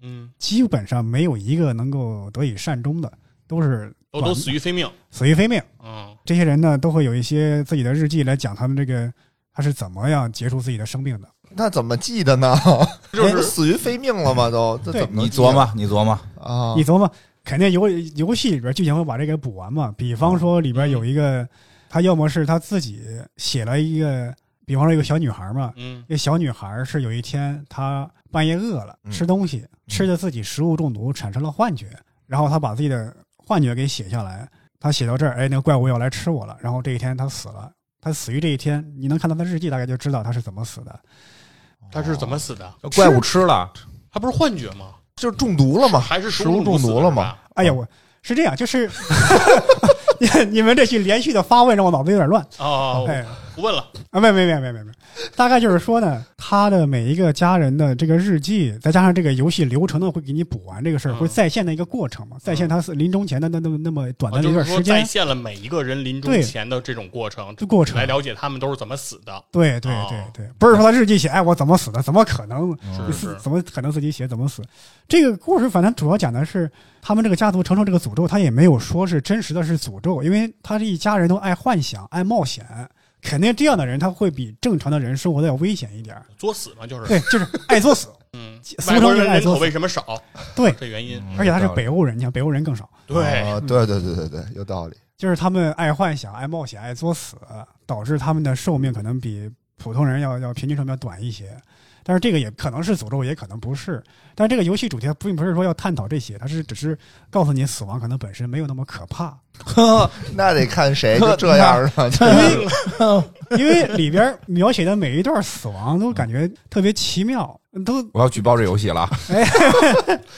S2: 嗯，
S4: 基本上没有一个能够得以善终的，都是
S2: 都
S4: 短
S2: 都死于非命。
S4: 死于非命。
S2: 嗯
S4: 这些人呢，都会有一些自己的日记来讲他们这个他是怎么样结束自己的生命的。
S3: 那怎么记的呢？
S2: *laughs* 就是
S3: 不死于非命了吗？都这
S4: 对
S3: 怎么
S1: 你
S3: 记啊
S1: 琢磨，你琢磨，
S3: 啊？
S4: 你琢磨，肯定游游戏里边剧情会把这个补完嘛。比方说里边有一个，他要么是他自己写了一个，比方说有个小女孩嘛，
S2: 嗯
S4: 那小女孩是有一天她半夜饿了，
S3: 嗯
S4: 吃东西，吃的自己食物中毒，产生了幻觉，然后她把自己的幻觉给写下来。她写到这儿，哎，那个怪物要来吃我了。然后这一天她死了，她死于这一天，你能看到她日记，大概就知道她是怎么死的。哦
S2: 他是怎么死的？
S1: 怪物吃了，
S2: 他不是幻觉吗？
S3: 就是中毒了嘛？
S2: 还是
S3: 食物中毒了嘛？
S2: 嘛？
S4: 哎呀，我是这样，就是 *laughs* 你你们这些连续的发问让我脑子有点乱。
S2: 哦，
S4: 哎，
S2: 不问了。
S4: 啊，没没没没没没，大概就是说呢，他的每一个家人的这个日记，再加上这个游戏流程呢，会给你补完这个事儿，
S2: 嗯
S4: 会再现的一个过程嘛，再现他是临终前的那那那么短
S2: 啊
S4: 的一
S2: 就是
S4: 段
S2: 说
S4: 时
S2: 再
S4: 间，
S2: 现了每一个人临终
S4: 对
S2: 前的这种过程，
S4: 这过程
S2: 来，了解他们都是怎么死的。
S4: 对对
S2: 哦
S4: 对对，不是说他日记写哎我怎么死的，怎么可能？
S2: 是
S4: 你
S2: 是
S4: 自怎么可能自己写怎么死？这个故事反正主要讲的是他们这个家族承受这个诅咒，他也没有说是真实的是诅咒，因为他这一家人都爱幻想、爱冒险，肯定这样的人他会比正常的人生活的要危险一点儿。
S2: 作死嘛，就是
S4: 对，就是爱作死。
S2: *laughs* 嗯，
S4: 俗
S2: 外国
S4: 称
S2: 人
S4: 人
S2: 人
S4: 爱
S2: 口嗯
S4: 作
S2: 为
S4: 死，嗯
S2: 什么少？
S4: 对，
S2: 这原因。
S4: 而且他是北欧人，你看北欧人更少，
S2: 对，
S4: 嗯
S3: 啊对对对对对，有道
S2: *laughs*
S3: 理。
S4: 就是他们爱幻想、爱冒险、爱作死，导致他们的寿命可能比普通人要要平均寿命要短一些。但是这个也可能是诅咒，也可能不是。但是这个游戏主题它并不是说要探讨这些，它是只是告诉你死亡可能本身没有那么可怕，
S1: 呵，
S3: 那得看谁就这样了，就是
S4: 因为里边描写的每一段死亡都感觉特别奇妙，都
S1: 我要举报这游戏了。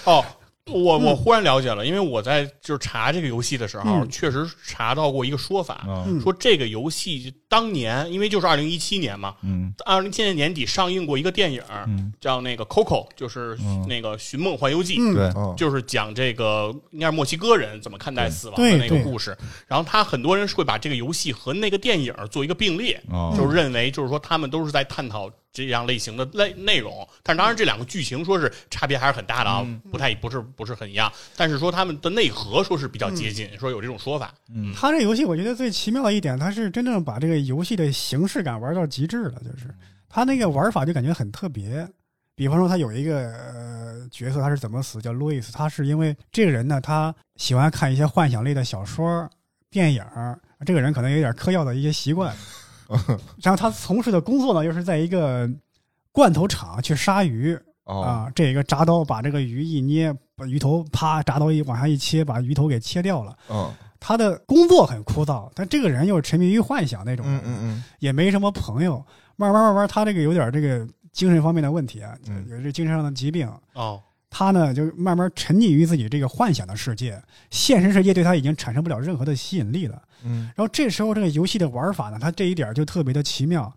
S2: 哦，
S4: 嗯
S2: 我我忽然了解了，因为我在就是查这个游戏的时候，
S4: 嗯
S2: 确实查到过一个说法，
S1: 嗯
S4: 嗯
S2: 说这个游戏当年，因为就是二零一七年嘛，
S1: 嗯
S2: 二零一七年年底上映过一个电影，
S1: 嗯
S2: 叫那个《Coco》，就是
S1: 嗯
S2: 那个《寻梦环游记》。
S4: 嗯，
S1: 对，
S3: *laughs*
S4: *laughs*
S3: 嗯，
S2: 就是讲这个应该是墨西哥人怎么看待死亡的
S4: 对
S2: 那个
S4: 对
S2: 故事，然后他很多人是会把这个游戏和那个电影做一个并列，
S1: 哦
S2: 就是认为就是说他们都是在探讨这样类型的类内容，但是当然这两个剧情说是差别还是很大的啊，
S4: 嗯
S2: 不太不是不是很一样，但是说他们的内核说是比较
S4: 嗯
S2: 接近，说有这种说法，嗯
S4: 他这游戏我觉得最奇妙的一点，他是真正把这个游戏的形式感玩到极致了，就是他那个玩法就感觉很特别。比方说，他有一个呃角色，他是怎么死，叫路易斯，他是因为这个人呢，他喜欢看一些幻想类的小说、电影儿，这个人可能有点嗑药的一些习惯，然后他从事的工作呢，又是在一个罐头厂去杀鱼，
S3: 哦，
S4: 啊，这个铡刀把这个鱼一捏，把鱼头啪铡刀一往下一切，把鱼头给切掉了。
S3: 嗯
S4: 他的工作很枯燥，但这个人又沉迷于幻想那种，
S3: 嗯嗯
S4: 也没什么朋友。慢慢慢慢，他这个有点这个精神方面的问题啊，
S3: 嗯
S4: 有这精神上的疾病。
S2: 哦，
S4: 他呢，就慢慢沉溺于自己这个幻想的世界，现实世界对他已经产生不了任何的吸引力了。
S3: 嗯
S4: 然后这时候这个游戏的玩法呢，它这一点就特别的奇妙，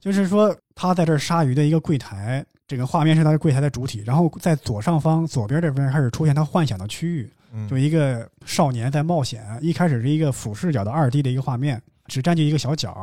S4: 就是说他在这儿杀鱼的一个柜台，整个画面是他的柜台的主体，然后在左上方左边这边开始出现他幻想的区域，
S3: 嗯，
S4: 就一个少年在冒险，一开始是一个俯视角的二 D 的一个画面，只占据一个小角，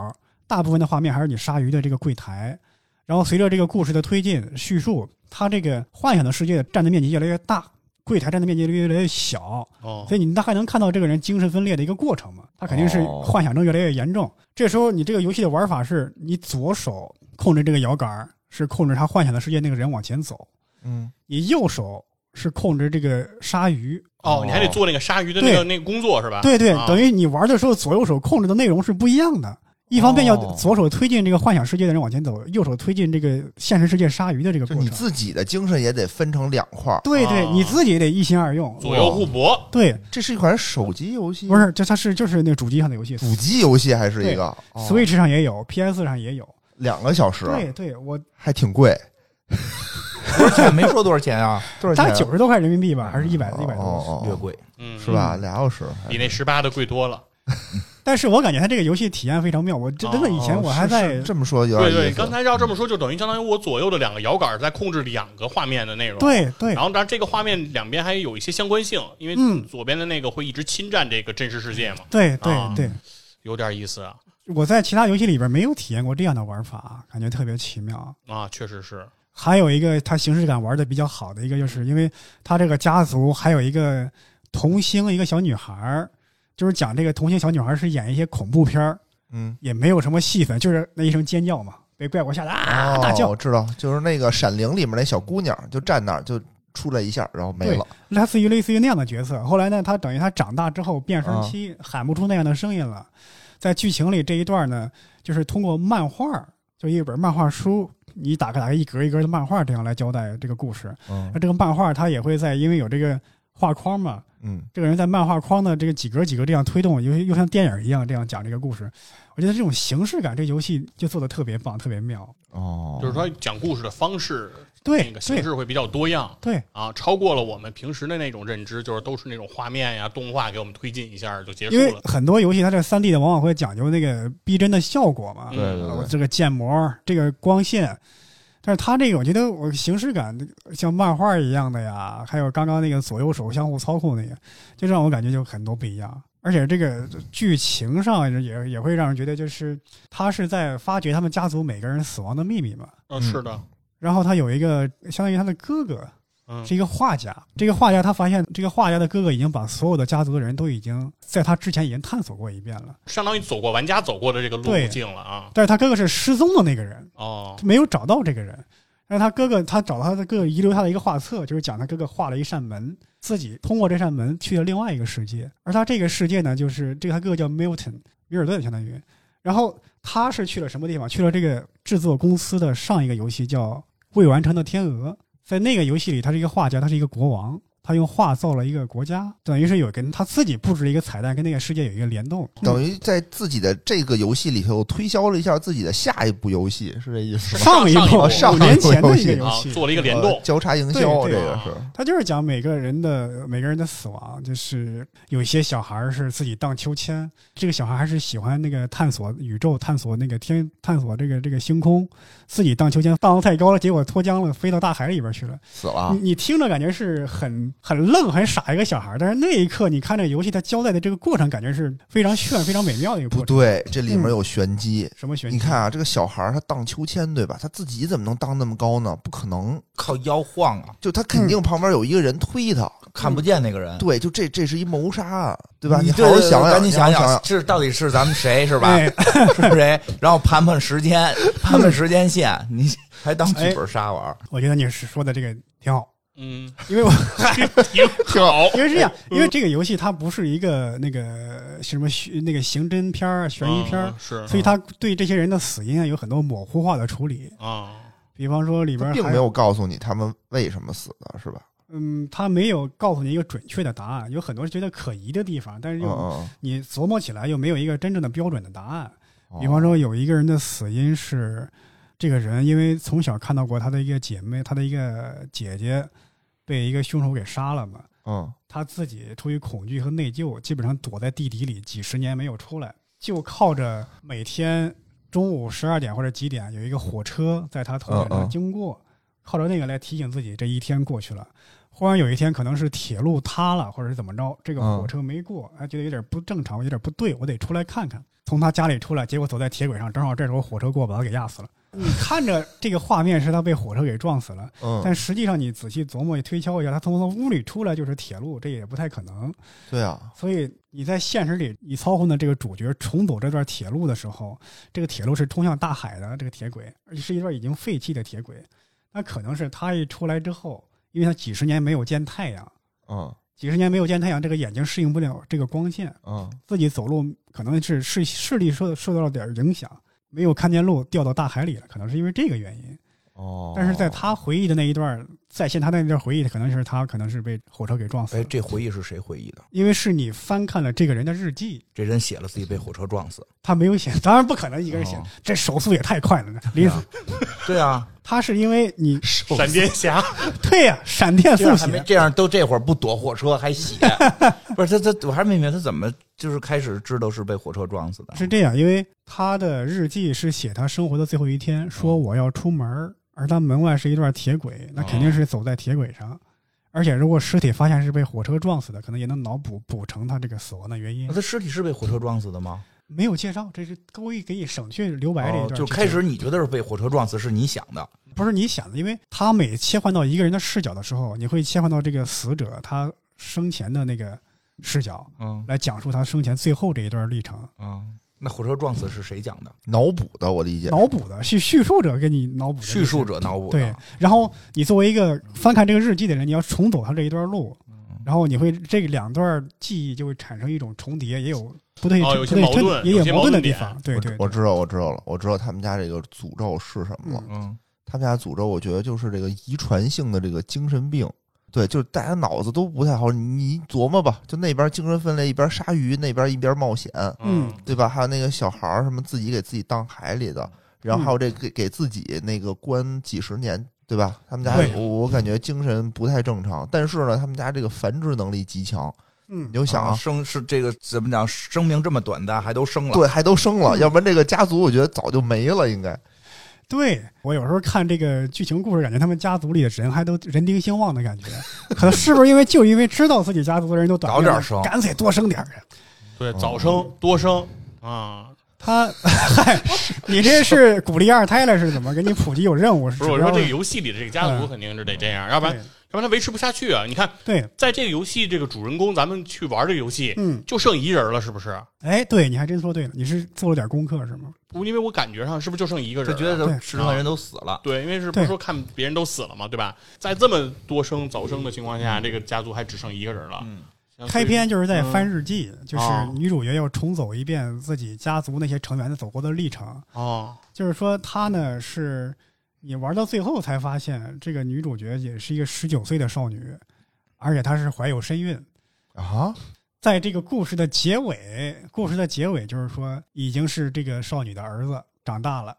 S4: 大部分的画面还是你鲨鱼的这个柜台。然后随着这个故事的推进叙述，它这个幻想的世界占的面积越来越大，柜台占的面积越来越小，
S2: 哦，
S4: 所以你大概能看到这个人精神分裂的一个过程嘛？他肯定是
S3: 哦
S4: 幻想症越来越严重。这时候你这个游戏的玩法是你左手控制这个摇杆儿，是控制他幻想的世界那个人往前走；
S3: 嗯
S4: 你右手是控制这个鲨鱼。
S2: 哦，你还得做那个鲨鱼的那个
S4: 对
S2: 那个工作是吧？
S4: 对对，
S2: 啊
S4: 等于你玩的时候左右手控制的内容是不一样的。一方面要
S3: 哦
S4: 左手推进这个幻想世界的人往前走，右手推进这个现实世界鲨鱼的这个
S3: 就
S4: 过
S3: 你
S4: 程。
S3: 自己的精神也得分成两块儿，
S4: 对对
S2: 啊，
S4: 你自己得一心二用。
S2: 左右互搏，
S4: 对，
S3: 这是一款手机游戏，
S4: 不是，这它是就是那个主机上的游戏
S3: 主机游戏，还是一个哦啊
S4: ，Switch 上也有，PS 上也有。
S3: 两个小时，
S4: 对对，我
S3: 还挺贵，
S1: 多少钱？没说多少钱啊，
S3: 多少
S4: 大
S3: 钱
S4: 概
S3: 啊？
S4: 九十多块人民币吧，还是一百
S3: 哦
S4: 一百多。
S3: 哦
S1: 越
S3: 哦，
S1: 贵。
S2: 嗯，
S3: 是吧？俩小时，
S2: 比那十八的贵多了。
S4: 但是我感觉它这个游戏体验非常妙，我真真的以前我还
S3: 哦是
S4: 在
S3: 是这么说有点
S2: 对对，
S3: 意思
S2: 刚才要这么说，就等于相当于我左右的两个摇杆在控制两个画面的内容。。
S4: 对对
S2: 然后，当然这个画面两边还有一些相关性，因为
S4: 嗯
S2: 左边的那个会一直侵占这个真实世界嘛，
S4: 对
S2: 啊
S4: 对对，
S2: 有点意思啊
S4: 我在其他游戏里边没有体验过这样的玩法，感觉特别奇妙。
S2: 啊，确实是
S4: 还有一个它形式感玩的比较好的一个，就是因为它这个家族还有一个童星，一个小女孩儿，就是讲这个童星小女孩儿是演一些恐怖片儿，
S3: 嗯。
S4: 也没有什么戏份，就是那一声尖叫嘛，被怪物吓得啊
S3: 哦
S4: 大叫
S3: 我。知道，就是那个《闪灵》里面那小姑娘，就站那儿就出来一下，然后没
S4: 对
S3: 了。
S4: 类似于类似于那样的角色。后来呢，他等于他长大之后变声期、喊不出那样的声音了。在剧情里这一段呢，就是通过漫画，就一本漫画书，你打开打开一格一格的漫画，这样来交代这个故事。
S3: 嗯
S4: 那这个漫画它也会在，因为有这个画框嘛，
S3: 嗯，
S4: 这个人在漫画框的这个几格几格这样推动，又又像电影一样这样讲这个故事。我觉得这种形式感，这游戏就做的特别棒，特别妙。
S3: 哦，
S2: 就是说讲故事的方式，那
S4: 对
S2: 个形
S4: 对
S2: 式会比较多样
S4: 对，
S2: 啊，超过了我们平时的那种认知，就是都是那种画面呀、动画给我们推进一下就结束
S4: 因为
S2: 了。
S4: 很多游戏它这三 D 的往往会讲究那个逼真的效果嘛，
S2: 嗯
S3: 对对
S4: 我
S3: 对，
S4: 呃这个建模，这个光线，但是它这个我觉得我形式感像漫画一样的呀，还有刚刚那个左右手相互操控那个，就让我感觉就很多不一样。而且这个剧情上也也会让人觉得，就是他是在发掘他们家族每个人死亡的秘密嘛。
S2: 嗯，是的，
S4: 然后他有一个相当于他的哥哥
S2: 嗯
S4: 是一个画家，这个画家他发现这个画家的哥哥已经把所有的家族的人都已经在他之前已经探索过一遍了，
S2: 相当于走过玩家走过的这个路
S4: 对
S2: 径了啊。
S4: 但是他哥哥是失踪的那个人。
S2: 哦，
S4: 没有找到这个人。但是他哥哥，他找到他的哥哥遗留他的一个画册，就是讲他哥哥画了一扇门，自己通过这扇门去了另外一个世界。而他这个世界呢，就是这个他哥哥叫 Milton 米尔顿，相当于。然后他是去了什么地方？去了这个制作公司的上一个游戏叫《未完成的天鹅》。在那个游戏里，他是一个画家，他是一个国王，他他用画造了一个国家，等于是有跟他自己布置了一个彩蛋，跟那个世界有一个联动。
S3: 等于在自己的这个游戏里头推销了一下自己的下一步游戏，是这意思吗？
S4: 上一
S2: 上一
S4: 部
S2: 部
S3: 上一
S4: 五
S3: 部
S4: 年前的一个
S3: 游
S4: 游
S2: 啊
S4: 戏，，
S2: 做了一个联动
S3: 呃，交叉营
S4: 对
S3: 销，这
S4: 对
S3: 个是
S2: 啊
S4: 他就是讲每个人的每个人的死亡，就是有一些小孩儿是自己荡秋千，这个小孩还是喜欢那个探索宇宙、探索那个天、探索这个这个星空，自己荡秋千荡得太高了，结果脱缰了，飞到大海里边去了。
S3: 死了啊
S4: 你。你听着感觉是很很愣、很傻一个小孩儿，但是那一刻你看这游戏它交代的这个过程，感觉是非常炫、非常美妙的一个
S3: 不
S4: 过程。
S3: 对，这里面有玄机。
S4: 什么嗯玄机？
S3: 你看啊，这个小孩儿他荡秋千，对吧？他自己怎么能荡那么高呢？不可能，
S1: 靠腰晃啊，
S3: 就他肯
S4: 嗯
S3: 定旁边有一个人推他。
S1: 看不见那个人，
S2: 嗯
S3: 对，就这这是一谋杀案，对
S4: 嗯
S3: 吧？
S1: 你
S3: 好好想
S1: 赶
S3: 想，
S1: 紧
S3: 你好好
S1: 想
S3: 想
S1: 想，，是到底是咱们谁是吧？
S4: 哎，
S1: *laughs* 是谁？然后盘盘时间，盘盘时间线，你还当剧本杀玩儿？
S4: 我觉得你是说的这个挺好，
S2: 嗯， *laughs*
S4: 因为我
S2: 挺好，
S4: 因为 *laughs* 是这样，因为
S3: 嗯
S4: 这个游戏它不是一个那个什么悬那个刑侦片儿、悬疑片儿
S2: 嗯，是
S4: 所以它对这些人的死因啊有很多模糊化的处理。
S2: 啊，
S4: 比方说里边
S3: 他
S4: 儿
S3: 并
S4: 还
S3: 没，有告诉你他们为什么死的，是吧？
S4: 嗯，他没有告诉你一个准确的答案，有很多觉得可疑的地方，但是
S3: 嗯
S4: 又、
S3: 嗯
S4: 你琢磨起来又没有一个真正的标准的答案。
S3: 嗯。
S4: 比方说有一个人的死因是，这个人因为从小看到过他的一个姐妹，他的一个姐姐被一个凶手给杀了嘛，
S3: 哦，
S4: 他自己出于恐惧和内疚，基本上躲在地底里几十年没有出来，就靠着每天中午十二点或者几点有一个火车在他头顶
S3: 嗯
S4: 上
S3: 嗯
S4: 经过，靠着那个来提醒自己这一天过去了。忽然有一天可能是铁路塌了，或者是怎么着，这个火
S3: 嗯
S4: 车没过，哎他觉得有点不正常，有点不对，我得出来看看。从他家里出来，结果走在铁轨上，正好这时候火车过，把他给压死了。你看着这个画面是他被火车给撞死了，
S3: 嗯嗯，
S4: 但实际上你仔细琢磨推敲一下，他从从屋里出来就是铁路，这也不太可能。
S3: 对啊，
S4: 所以你在现实里，你操控的这个主角重走这段铁路的时候，这个铁路是通向大海的这个铁轨，而且是一段已经废弃的铁轨。那可能是他一出来之后，因为他几十年没有见太阳，
S3: 嗯
S4: 几十年没有见太阳，这个眼睛适应不了这个光线，
S3: 嗯，
S4: 自己走路可能是视视力受受到了点影响，没有看见路，掉到大海里了，可能是因为这个原因。
S3: 哦。
S4: 但是在他回忆的那一段儿，再现他那一段回忆，可能是他可能是被火车给撞死
S1: 哎，
S4: 了，
S1: 这回忆是谁回忆的？
S4: 因为是你翻看了这个人的日记，
S1: 这人写了自己被火车撞死。
S4: 他没有写，当然不可能一个人写，
S3: 哦
S4: 这手速也太快了，临死。
S1: 对啊，
S4: 他是因为你
S2: 闪电侠，
S4: 对呀、闪电
S1: 这样
S4: 速
S1: 还没
S4: 写，
S1: 这样都这会儿不躲火车还写，不是他他我还没明白他怎么就是开始知道是被火车撞死的。
S4: 是这样，因为他的日记是写他生活的最后一
S1: 嗯
S4: 天，说我要出门儿，而他门外是一段铁轨，那肯定是走在铁轨
S1: 哦
S4: 上。而且，如果尸体发现是被火车撞死的，可能也能脑补补成他这个死亡的原因
S1: 那。他尸体是被火车撞死的吗？
S4: 没有介绍，这是故意给你省去留白这一
S1: 哦
S4: 段、
S1: 就开始你觉得是被火车撞死，是你想的。
S4: 不是你想的，因为他每切换到一个人的视角的时候，你会切换到这个死者他生前的那个视角
S1: 嗯
S4: 来讲述他生前最后这一段历程，
S1: 嗯，那火车撞死是谁讲的？
S3: 脑补的，我理解。
S4: 脑补的，是叙述者给你脑补的
S1: 叙述。者脑补的
S4: 对，然后你作为一个翻看这个日记的人，你要重走他这一段路，然后你会这两段记忆就会产生一种重叠，也有不对，
S2: 哦有
S4: 不
S2: 些
S4: 对
S2: 矛
S4: 称
S2: 盾
S4: 也
S2: 有些
S4: 矛盾的
S2: 矛盾
S4: 地
S2: 点
S4: 方。对对，
S3: 我知道，我知道了，我知道他们家这个诅咒是什么了。
S4: 嗯
S1: 嗯，
S3: 他们家诅咒，我觉得就是这个遗传性的这个精神病。对，就是大家脑子都不太好，你琢磨吧。就那边精神分裂，一边鲨鱼，那边一边冒险，
S4: *laughs* 嗯
S3: 对吧？还有那个小孩儿什么自己给自己当海里的，然后还有这给给自己那个关几十年，对吧？他们家
S4: 对
S3: 我我感觉精神不太正常，但是呢，他们家这个繁殖能力极强。
S4: 嗯
S3: 你，就想
S1: 啊
S3: 啊，
S1: 生是这个怎么讲？生命这么短暂，还都生了。
S3: 对，还都生了，要不然这个家族我觉得早就没了，应该。
S4: 对我有时候看这个剧情故事，感觉他们家族里的人还都人丁兴旺的
S1: *laughs*
S4: 感觉，可能是不是因为就因为知道自己家族的人都短
S1: 早
S4: 命
S1: 点
S4: 了
S1: 生
S4: 干脆多生点儿。
S2: 对，早
S1: 哦
S2: 生多生
S4: 嗯
S2: 啊，
S4: 他，嗨，你这是鼓励二胎了是怎么？给你普及有任务是
S2: 不
S4: 怎
S2: 是我
S4: 么着
S2: 说
S4: 的？
S2: 这个游戏里的这个家族
S4: 嗯
S2: 肯定是得这样，要不然要不然他维持不下去啊。你看，
S4: 对对，
S2: 在这个游戏这个主人公，咱们去玩这个游戏，
S4: 嗯，
S2: 就剩一人了，是不是？
S4: 哎，对，你还真说对了，你是做了点功课是吗？
S2: 不，因为我感觉上是不是就剩一个人
S1: 他
S2: 了？
S1: 觉得
S4: 对
S1: 十个人都死了，
S2: 对，因为是不
S4: 对
S2: 是说看别人都死了嘛，对吧？在这么多生早生的情况下，这个家族还只剩一个人了。
S1: 嗯
S2: 像
S4: 开篇就是在翻日记，就是
S2: 嗯哦
S4: 女主角要重走一遍自己家族那些成员的走过的历程，
S2: 哦，
S4: 就是说她呢是你玩到最后才发现，这个女主角也是一个十九岁的少女，而且她是怀有身孕。
S3: 啊，
S4: 在这个故事的结尾，故事的结尾就是说，已经是这个少女的儿子长大了，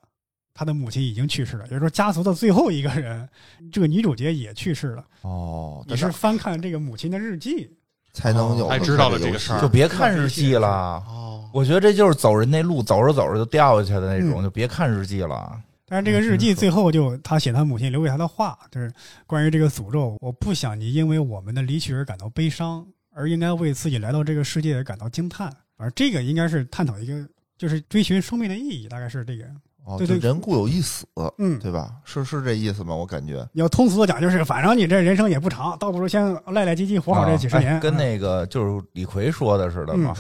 S4: 她的母亲已经去世了，也就是说，家族的最后一个人，这个女主角也去世了。
S3: 哦，
S4: 你
S3: 但
S4: 是翻看这个母亲的日记，
S3: 才能有
S2: 还知道了
S3: 这
S2: 这个事儿
S1: 就别看日记了。
S2: 哦，
S1: 嗯我觉得这就是走人那路，走着走着就掉下去的那种，就别看日记了。
S4: 但是这个日记最后就她写她母亲留给她的话，就是关于这个诅咒，我不想你因为我们的离去而感到悲伤，而应该为自己来到这个世界感到惊叹。而这个应该是探讨一个，就是追寻生命的意义，大概是这个。
S3: 哦，
S4: 对
S3: 就
S4: 对
S3: 人固有一死，
S4: 嗯，
S3: 对吧？是是这意思吗？我感觉
S4: 你要通俗的讲，就是反正你这人生也不长，倒不如先赖赖唧唧活好这几十年，嗯
S1: 哎跟那个就是李逵说的似的嘛，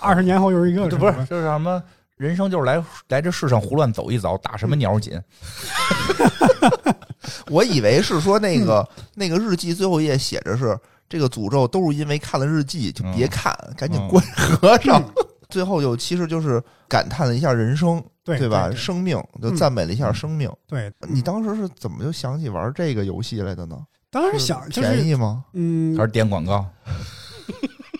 S4: 二十年后又是一个
S1: 这
S4: 什
S1: 不
S4: 么，
S1: 是嗯就是什么人生就是来来这世上胡乱走一遭，打什么鸟紧。
S3: 我以为是说那个
S4: 嗯
S3: 那个日记最后一页写着是这个诅咒都是因为看了日记，就
S4: 嗯
S3: 别看，赶紧关合上。 *laughs* 最后就其实就是感叹了一下人生，
S4: 对
S3: 吧？
S4: 对
S3: 生命就
S4: 嗯
S3: 赞美了一下生命。
S4: 对，
S3: 你当时是怎么就想起玩这个游戏来的呢？
S4: 当时想就
S3: 便
S4: 是
S3: 宜吗？
S4: 嗯
S1: 还，是点广告，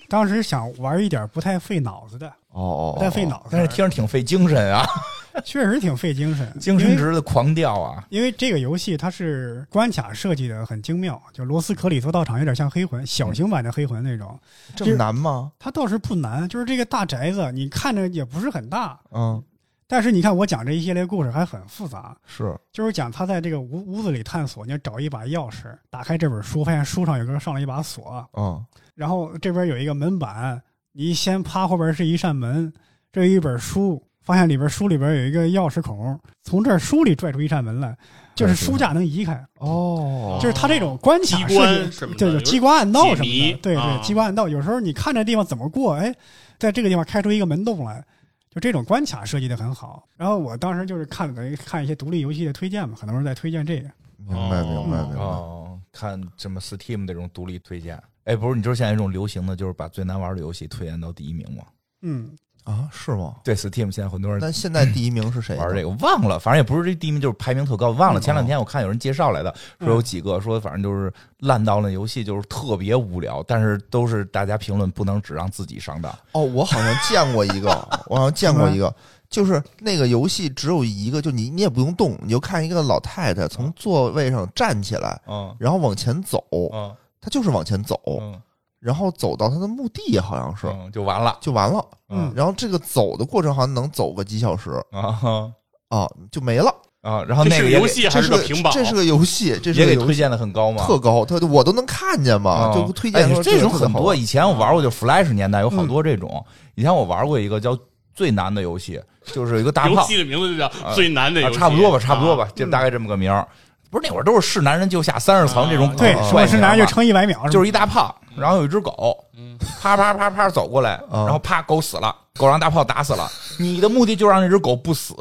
S4: 当时想玩一点不太费脑子的，
S3: 哦哦，哦
S4: 不太费脑子
S1: 但是
S4: 的，
S1: 听着挺费精神啊，
S4: 确实挺费精神，
S1: 精
S4: 因
S1: 神
S4: 为
S1: 值的狂掉啊。
S4: 因为这个游戏它是关卡设计的很精妙，就罗斯壳里做道场有点像黑魂，小型版的黑魂那种。
S3: 这么难吗？
S4: 它倒是不难，就是这个大宅子你看着也不是很大，
S3: 嗯，
S4: 但是你看我讲这一系列故事还很复杂，
S3: 是
S4: 就是讲他在这个屋屋子里探索，你要找一把钥匙，打开这本书，发现书上有个上了一把锁，
S3: 嗯，
S4: 然后这边有一个门板，你一掀趴后边是一扇门，这有一本书，发现里边书里边有一个钥匙孔，从这儿书里拽出一扇门来，就是书架能移开，
S3: 哦
S4: 就是他这种关卡
S2: 机关
S4: 设
S2: 什么
S4: 计，
S2: 的
S4: 就是
S2: 有
S4: 机关暗道什
S2: 解
S4: 么
S2: 谜
S4: 的，对
S2: 啊
S4: 对，机关暗道，有时候你看这地方怎么过，哎，在这个地方开出一个门洞来。就这种关卡设计的很好，然后我当时就是看等于看一些独立游戏的推荐嘛，很多人在推荐这个，
S3: 明白
S2: 哦
S3: 明白明白。
S1: 哦，看什么 Steam 这种独立推荐。哎，不是，你知道现在有一种流行的就是把最难玩的游戏推荐到第一名吗？
S4: 嗯，
S3: 啊，是吗？
S1: 对，Steam 现在很多人
S3: 那现在第一名是谁呢？
S1: 玩这个，忘了，反正也不是这第一名，就是排名特高，忘了。
S4: 嗯
S1: 前两天我看有人介绍来的，
S4: 嗯
S1: 说有几个说，反正就是烂到那游戏就是特别无聊，但是都是大家评论不能只让自己上当。
S3: 哦，我好像见过一
S1: *laughs*
S3: 个，我好像见过一个，就是那个游戏只有一个，就你你也不用动，你就看一个老太太从座位上站起来，
S1: 嗯
S3: 然后往前走，
S1: 嗯
S3: 她就是往前走，
S1: 嗯，
S3: 然后走到她的墓地，好像是、
S1: 嗯就完了。
S3: 就完了。
S4: 嗯
S3: 然后这个走的过程好像能走个几小时
S1: 啊哈
S3: 啊，就没了。
S1: 啊，然后
S2: 这
S1: 那
S2: 是
S1: 个
S2: 个
S1: 也
S2: 游
S1: 给
S2: 戏还
S3: 这是
S2: 个屏保？
S3: 这是个游戏，这是
S1: 也
S3: 个
S1: 给
S3: 游
S1: 推
S3: 戏
S1: 荐的很高嘛。
S3: 特高，它我都能看见嘛，
S1: 啊
S3: 就推荐
S1: 哎
S3: 说
S1: 这
S3: 个
S1: 种
S3: 特别
S1: 很
S3: 好嗯
S1: 多。以前我玩过，就 Flash 年代有好多这种。以前我玩过一个叫最难的游戏，就是有一个大
S2: 游
S1: 胖
S2: 戏的名字就叫
S1: 啊
S2: 《最难的游
S1: 啊，
S2: 戏》，
S1: 差不多吧，差不多吧
S2: 啊。，
S3: 嗯
S1: 就大概这么个名儿。不是那会儿都是是男人就下三十层这种
S2: 啊
S4: 对，
S1: 帅
S4: 说我是
S1: 气
S4: 男人
S1: 啊
S4: 就撑一百秒，
S1: 就是一大胖，然后有一只狗，
S2: 嗯
S1: 啪啪啪啪走过来，
S3: 嗯
S1: 然后啪狗死了，狗让大炮打死了。你的目的就让那只狗不死，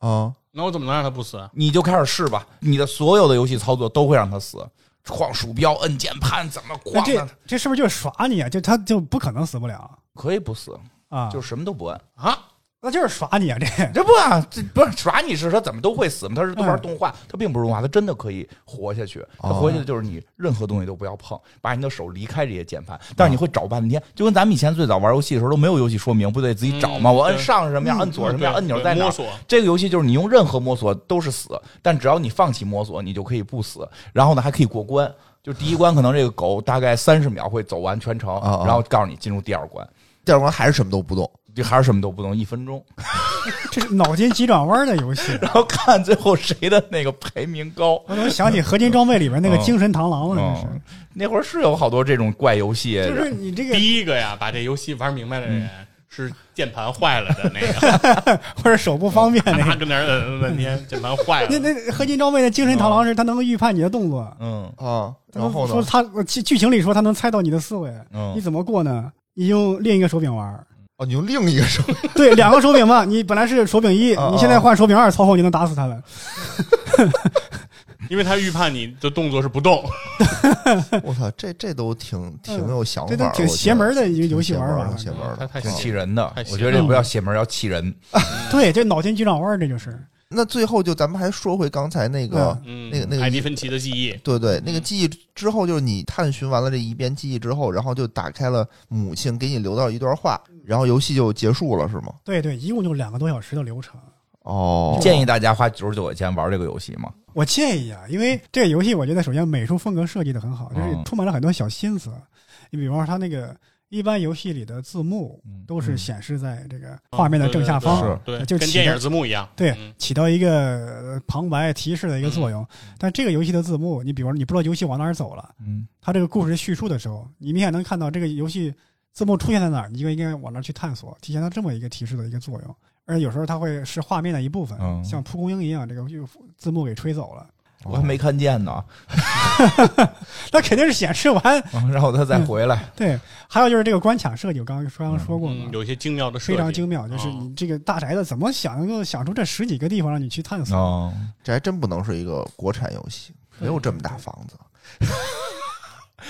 S3: 啊，
S2: 那我怎么能让他不死啊？
S1: 你就开始试吧。你的所有的游戏操作都会让它死，晃鼠标、摁键盘，怎么
S4: 那
S1: 晃
S4: 这
S1: 它
S4: 这是不是就是耍你啊？就他就不可能死不了
S1: 可以不死，
S4: 啊，
S1: 就是什么都不摁。
S2: 啊，
S4: 那就是耍你啊！这 *laughs*
S1: 这不啊，这不是耍你是它怎么都会死吗？它是都
S3: 嗯
S1: 玩动画，它并不是动画，它真的可以活下去。它
S3: 哦
S1: 活下去就是你任何东西都不要碰，把你的手离开这些键盘。但是你会找半天，就跟咱们以前最早玩游戏的时候都没有游戏说明，不得自己找吗？
S2: 嗯
S1: 我摁
S2: 对嗯
S1: 上是什么样，摁左是什么样，
S2: 对
S1: 按钮
S2: 对
S1: 在哪
S2: 摸
S1: 儿？
S2: 索
S1: 这个游戏就是你用任何摸索都是死，但只要你放弃摸索，你就可以不死。然后呢，还可以过关。就第一关可能这个狗大概三十秒会走完全程，
S3: 哦哦
S1: 然后告诉你进入第二关，
S3: 第二关还是什么都不动。
S1: 这还是什么都不懂，一分钟。
S4: 这是脑筋急转弯的游戏，啊
S1: 然后看最后谁的那个排名高。
S4: 我怎么想起合金装备里面
S3: 哦
S4: 那个精神螳螂了？
S1: 嗯，那会儿是有好多这种怪游戏，
S4: 这是，就是你这个 *laughs*
S2: 第一个呀，把这游戏玩明白的人
S4: 嗯
S2: 是键盘坏了的那个，
S4: 或者手不方便 *laughs* 那
S2: 他
S4: 个。
S2: 跟那儿摁摁半天，键盘坏了。
S4: 那那合金装备的精神螳螂是它能够预判你的动作，
S1: 嗯
S3: 啊，
S4: 它
S3: 哦然后
S4: 能说
S3: 呢？
S4: 它剧剧情里说它能猜到你的思维，你
S1: 嗯，
S4: 怎么过呢？你用另一个手柄玩儿，
S3: 哦，你用另一个手，
S4: 对，两个手柄嘛， *laughs* 你本来是手柄一，
S3: 啊啊
S4: 你现在换手柄二操控，你能打死他们。
S2: 因为他预判你的动作是不动，
S3: *laughs* 我操，这这都挺挺
S4: 嗯
S3: 有想法
S4: 这
S3: 的，
S4: 都挺
S3: 我觉
S4: 邪
S3: 得
S4: 门的一个游戏
S3: 挺邪
S4: 玩
S3: 门
S4: 法
S3: 的邪门
S2: 太
S3: 的，
S2: 太
S1: 挺
S3: 啊
S1: 气人的
S2: 太。气
S1: 我
S2: 人
S1: 觉得这不叫邪门，要气人。
S4: 对，这脑筋急转弯儿，这就是。
S3: 那最后就咱们还说回刚才那个，
S2: 嗯，
S3: 那个那个
S2: 艾迪芬奇的记忆，
S3: 对对，那个记忆之后就是你探寻完了这一遍记忆之后，然后就打开了母亲给你留到一段话，然后游戏就结束了，是吗？
S4: 对对，一共就两个多小时的流程。
S3: 哦，
S1: 建议大家花九十九块钱玩这个游戏吗？
S4: 我建议啊，因为这个游戏我觉得首先美术风格设计的很好，就是
S1: 嗯
S4: 充满了很多小心思。你比方说它那个一般游戏里的字幕
S1: 嗯
S4: 都是显示在这个画面的正下
S1: 嗯
S4: 方，
S1: 是
S2: 哦对，
S4: 就
S2: 跟
S4: 起
S2: 电
S4: 的
S2: 影字幕一样，
S4: 对
S2: 嗯，
S4: 起到一个呃旁白提示的一个作用。但这个游戏的字幕，你比方说你不知道游戏往哪儿走了，
S1: 嗯，
S4: 它这个故事叙述的时候，你明显能看到这个游戏字幕出现在哪儿，你就应该往那儿去探索，体现到这么一个提示的一个作用。而且有时候它会是画面的一部分，
S1: 嗯
S4: 像蒲公英一样，这个就字幕给吹走了，
S1: 我还没看见呢， *laughs*
S4: 那肯定是显示完。
S1: 嗯然后他再回来。
S4: 对，还有就是这个关卡设计，我刚刚刚刚说过嘛，
S2: 嗯有一些精妙的设计，
S4: 非常精妙，就是
S2: 嗯
S4: 你这个大宅子怎么想能够想出这十几个地方让你去探索？
S1: 哦，
S3: 这还真不能是一个国产游戏，没有这么大房子。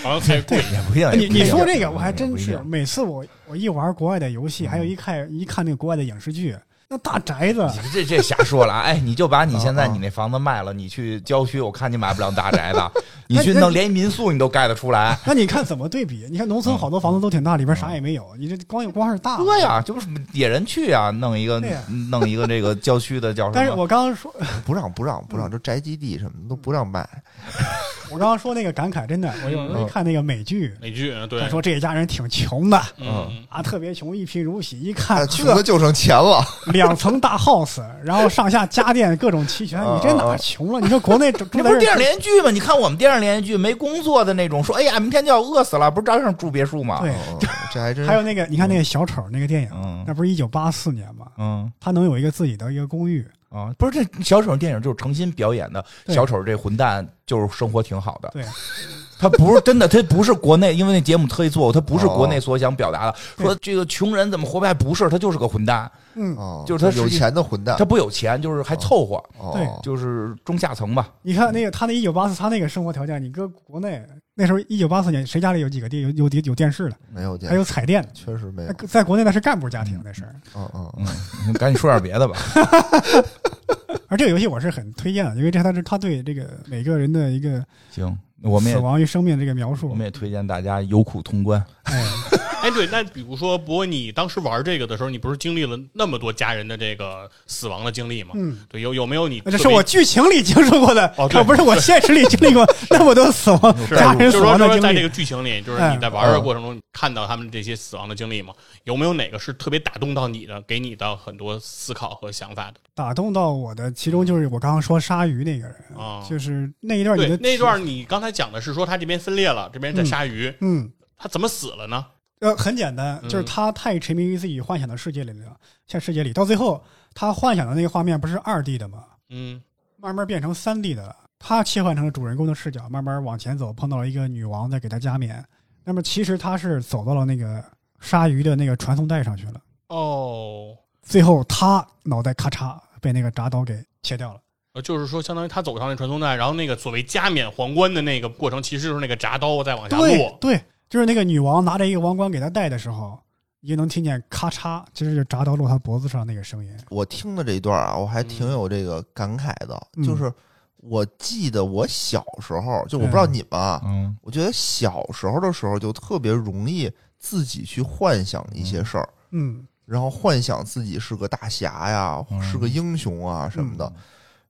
S2: 好像
S4: *laughs*
S2: 太贵，
S1: 也不一定。
S4: 哎你
S1: 也不一
S4: 你
S1: 定
S4: 说这个，我还
S1: 也
S4: 真
S1: 不一
S4: 是
S1: 定
S4: 每次我我一玩国外的游戏，还有一看一看那个国外的影视剧，那大宅子，
S1: 你这这瞎说了啊！哎，你就把你现在
S3: 嗯嗯
S1: 你那房子卖了，你去郊区，我看你买不了大宅
S4: *laughs*
S1: 子，你
S4: 那
S1: 去
S4: 那
S1: 弄连民宿你都盖得出来。
S4: 那你看怎么对比？你看农村好多房子都挺大，里边啥也没有，你这光有光是大。
S1: 啊对呀、就是野人去啊，弄一个
S4: 对呀
S1: 弄一个这个郊区的叫
S4: 但是
S1: 什么？
S4: 我刚刚说，
S3: 不让不让不让，就宅基地什么的都不让
S4: 嗯
S3: 卖。
S4: 我刚刚说那个感慨，真的，我有时候一看那个美剧，
S2: 美剧，嗯对
S4: 他，说这一家人挺穷的
S2: 嗯，
S4: 啊，特别穷，一贫如洗。一
S3: 哎
S4: 看
S3: 穷
S4: 啊这
S3: 的就剩钱
S4: *laughs*
S3: 了，
S4: 两层大 house，然后上下家电各种齐全，
S3: 嗯
S4: 你这哪
S3: 嗯
S4: 儿
S3: 嗯
S4: 穷啊了？你说国内住
S1: 这啊
S4: 住
S1: 不是
S4: 在
S1: 电视
S4: 这儿，
S1: 连续剧吗？你看我们电视连续剧没工作的那种，说哎呀，明天就要饿死了，不是照样住别墅吗？
S4: 对，
S3: 嗯这还真
S4: 还有那个，你看那个小丑那个电
S1: 嗯
S4: 影，那不是一九八四年吗？
S1: 嗯
S4: 他能有一个自己的一个公寓，
S1: 啊，不是这小丑电影就是诚心表演的，
S4: 对
S1: 小丑这混蛋就是生活挺好的，
S4: 对，
S1: 他不是真的，他不是国内，因为那节目特意做过，他不是国内所想表达的，
S4: 哦
S1: 说这个穷人怎么活不下去，不是，他就是个混蛋，
S4: 嗯，
S3: 哦，
S1: 就是他实际
S3: 有钱的混蛋
S1: 他。不有钱，就是还凑合，
S4: 对
S3: 哦，
S1: 就是中下层吧，
S4: 你看那个他那一九八四，他那个生活条件，你搁国内那时候一九八四年，谁家里有几个电有有有有电视的，
S3: 没有钱，
S4: 还有彩电的？
S3: 确实没有
S4: 那。在国内那是干部家庭那是。
S3: 嗯嗯，
S1: 嗯，赶紧说点别的吧， *laughs*
S4: 而这个游戏我是很推荐的，因为这它是他对这个每个人的一个
S1: 行，我们也
S4: 死亡与生命的这个描
S1: 我
S4: 述
S1: 们。也推荐大家有苦通关，
S4: 哎，
S2: 哎，对，那比如说，不过你当时玩这个的时候，你不是经历了那么多家人的这个死亡的经历吗？
S4: 嗯，
S2: 对，有有没有你特
S4: 这
S2: 别？
S4: 是我剧情里经受过的， *laughs*
S2: 哦对
S4: 可不是我现实里经历过那么多死亡
S2: 是
S4: 家人
S2: 就
S4: 死
S2: 是说，
S4: 亡的
S2: 就是在这
S4: 经
S2: 个
S4: 历。哎
S2: 剧情里，就是你在玩的过程中看到他们这些死亡的经历吗？有没有哪个是特别打动到你的，给你到很多思考和想法的
S4: 打动到我的，其中就是我刚刚说鲨鱼那个人，
S2: 啊？
S4: 就是那一段你
S2: 对
S4: 的，
S2: 那段你刚才讲的是说他这边分裂了，这边在鲨鱼，
S4: 嗯，
S2: 他怎么死了呢？
S4: 呃，很简单，就是
S2: 嗯
S4: 他太沉迷于自己幻想的世界里了，像世界里，到最后他幻想的那个画面不是二 D 的吗？
S2: 嗯
S4: 慢慢变成三 D 的了，他切换成了主人公的视角，慢慢往前走，碰到了一个女王在给他加冕。那么其实他是走到了那个鲨鱼的那个传送带上去了，
S2: 哦，
S4: 最后他脑袋咔嚓被那个铡刀给切掉了。
S2: 呃就是说，相当于他走上那传送带，然后那个所谓加冕皇冠的那个过程，其实就是那个铡刀在
S1: 哎
S2: 往下
S4: 对
S2: 落。
S4: 对，就是那个女王拿着一个王冠给他戴的时候，你就能听见咔嚓，其实就是铡刀落他脖子上那个声音。
S3: 我听的这一段啊，我还挺有这个感慨的，
S4: 嗯
S3: 就是我记得我小时候，就我不知道你们啊，
S1: 嗯
S3: 我觉得小时候的时候就特别容易自己去幻想一些事儿，
S4: 嗯
S3: 然后幻想自己是个大侠呀，
S1: 嗯
S3: 是个英雄啊什么的。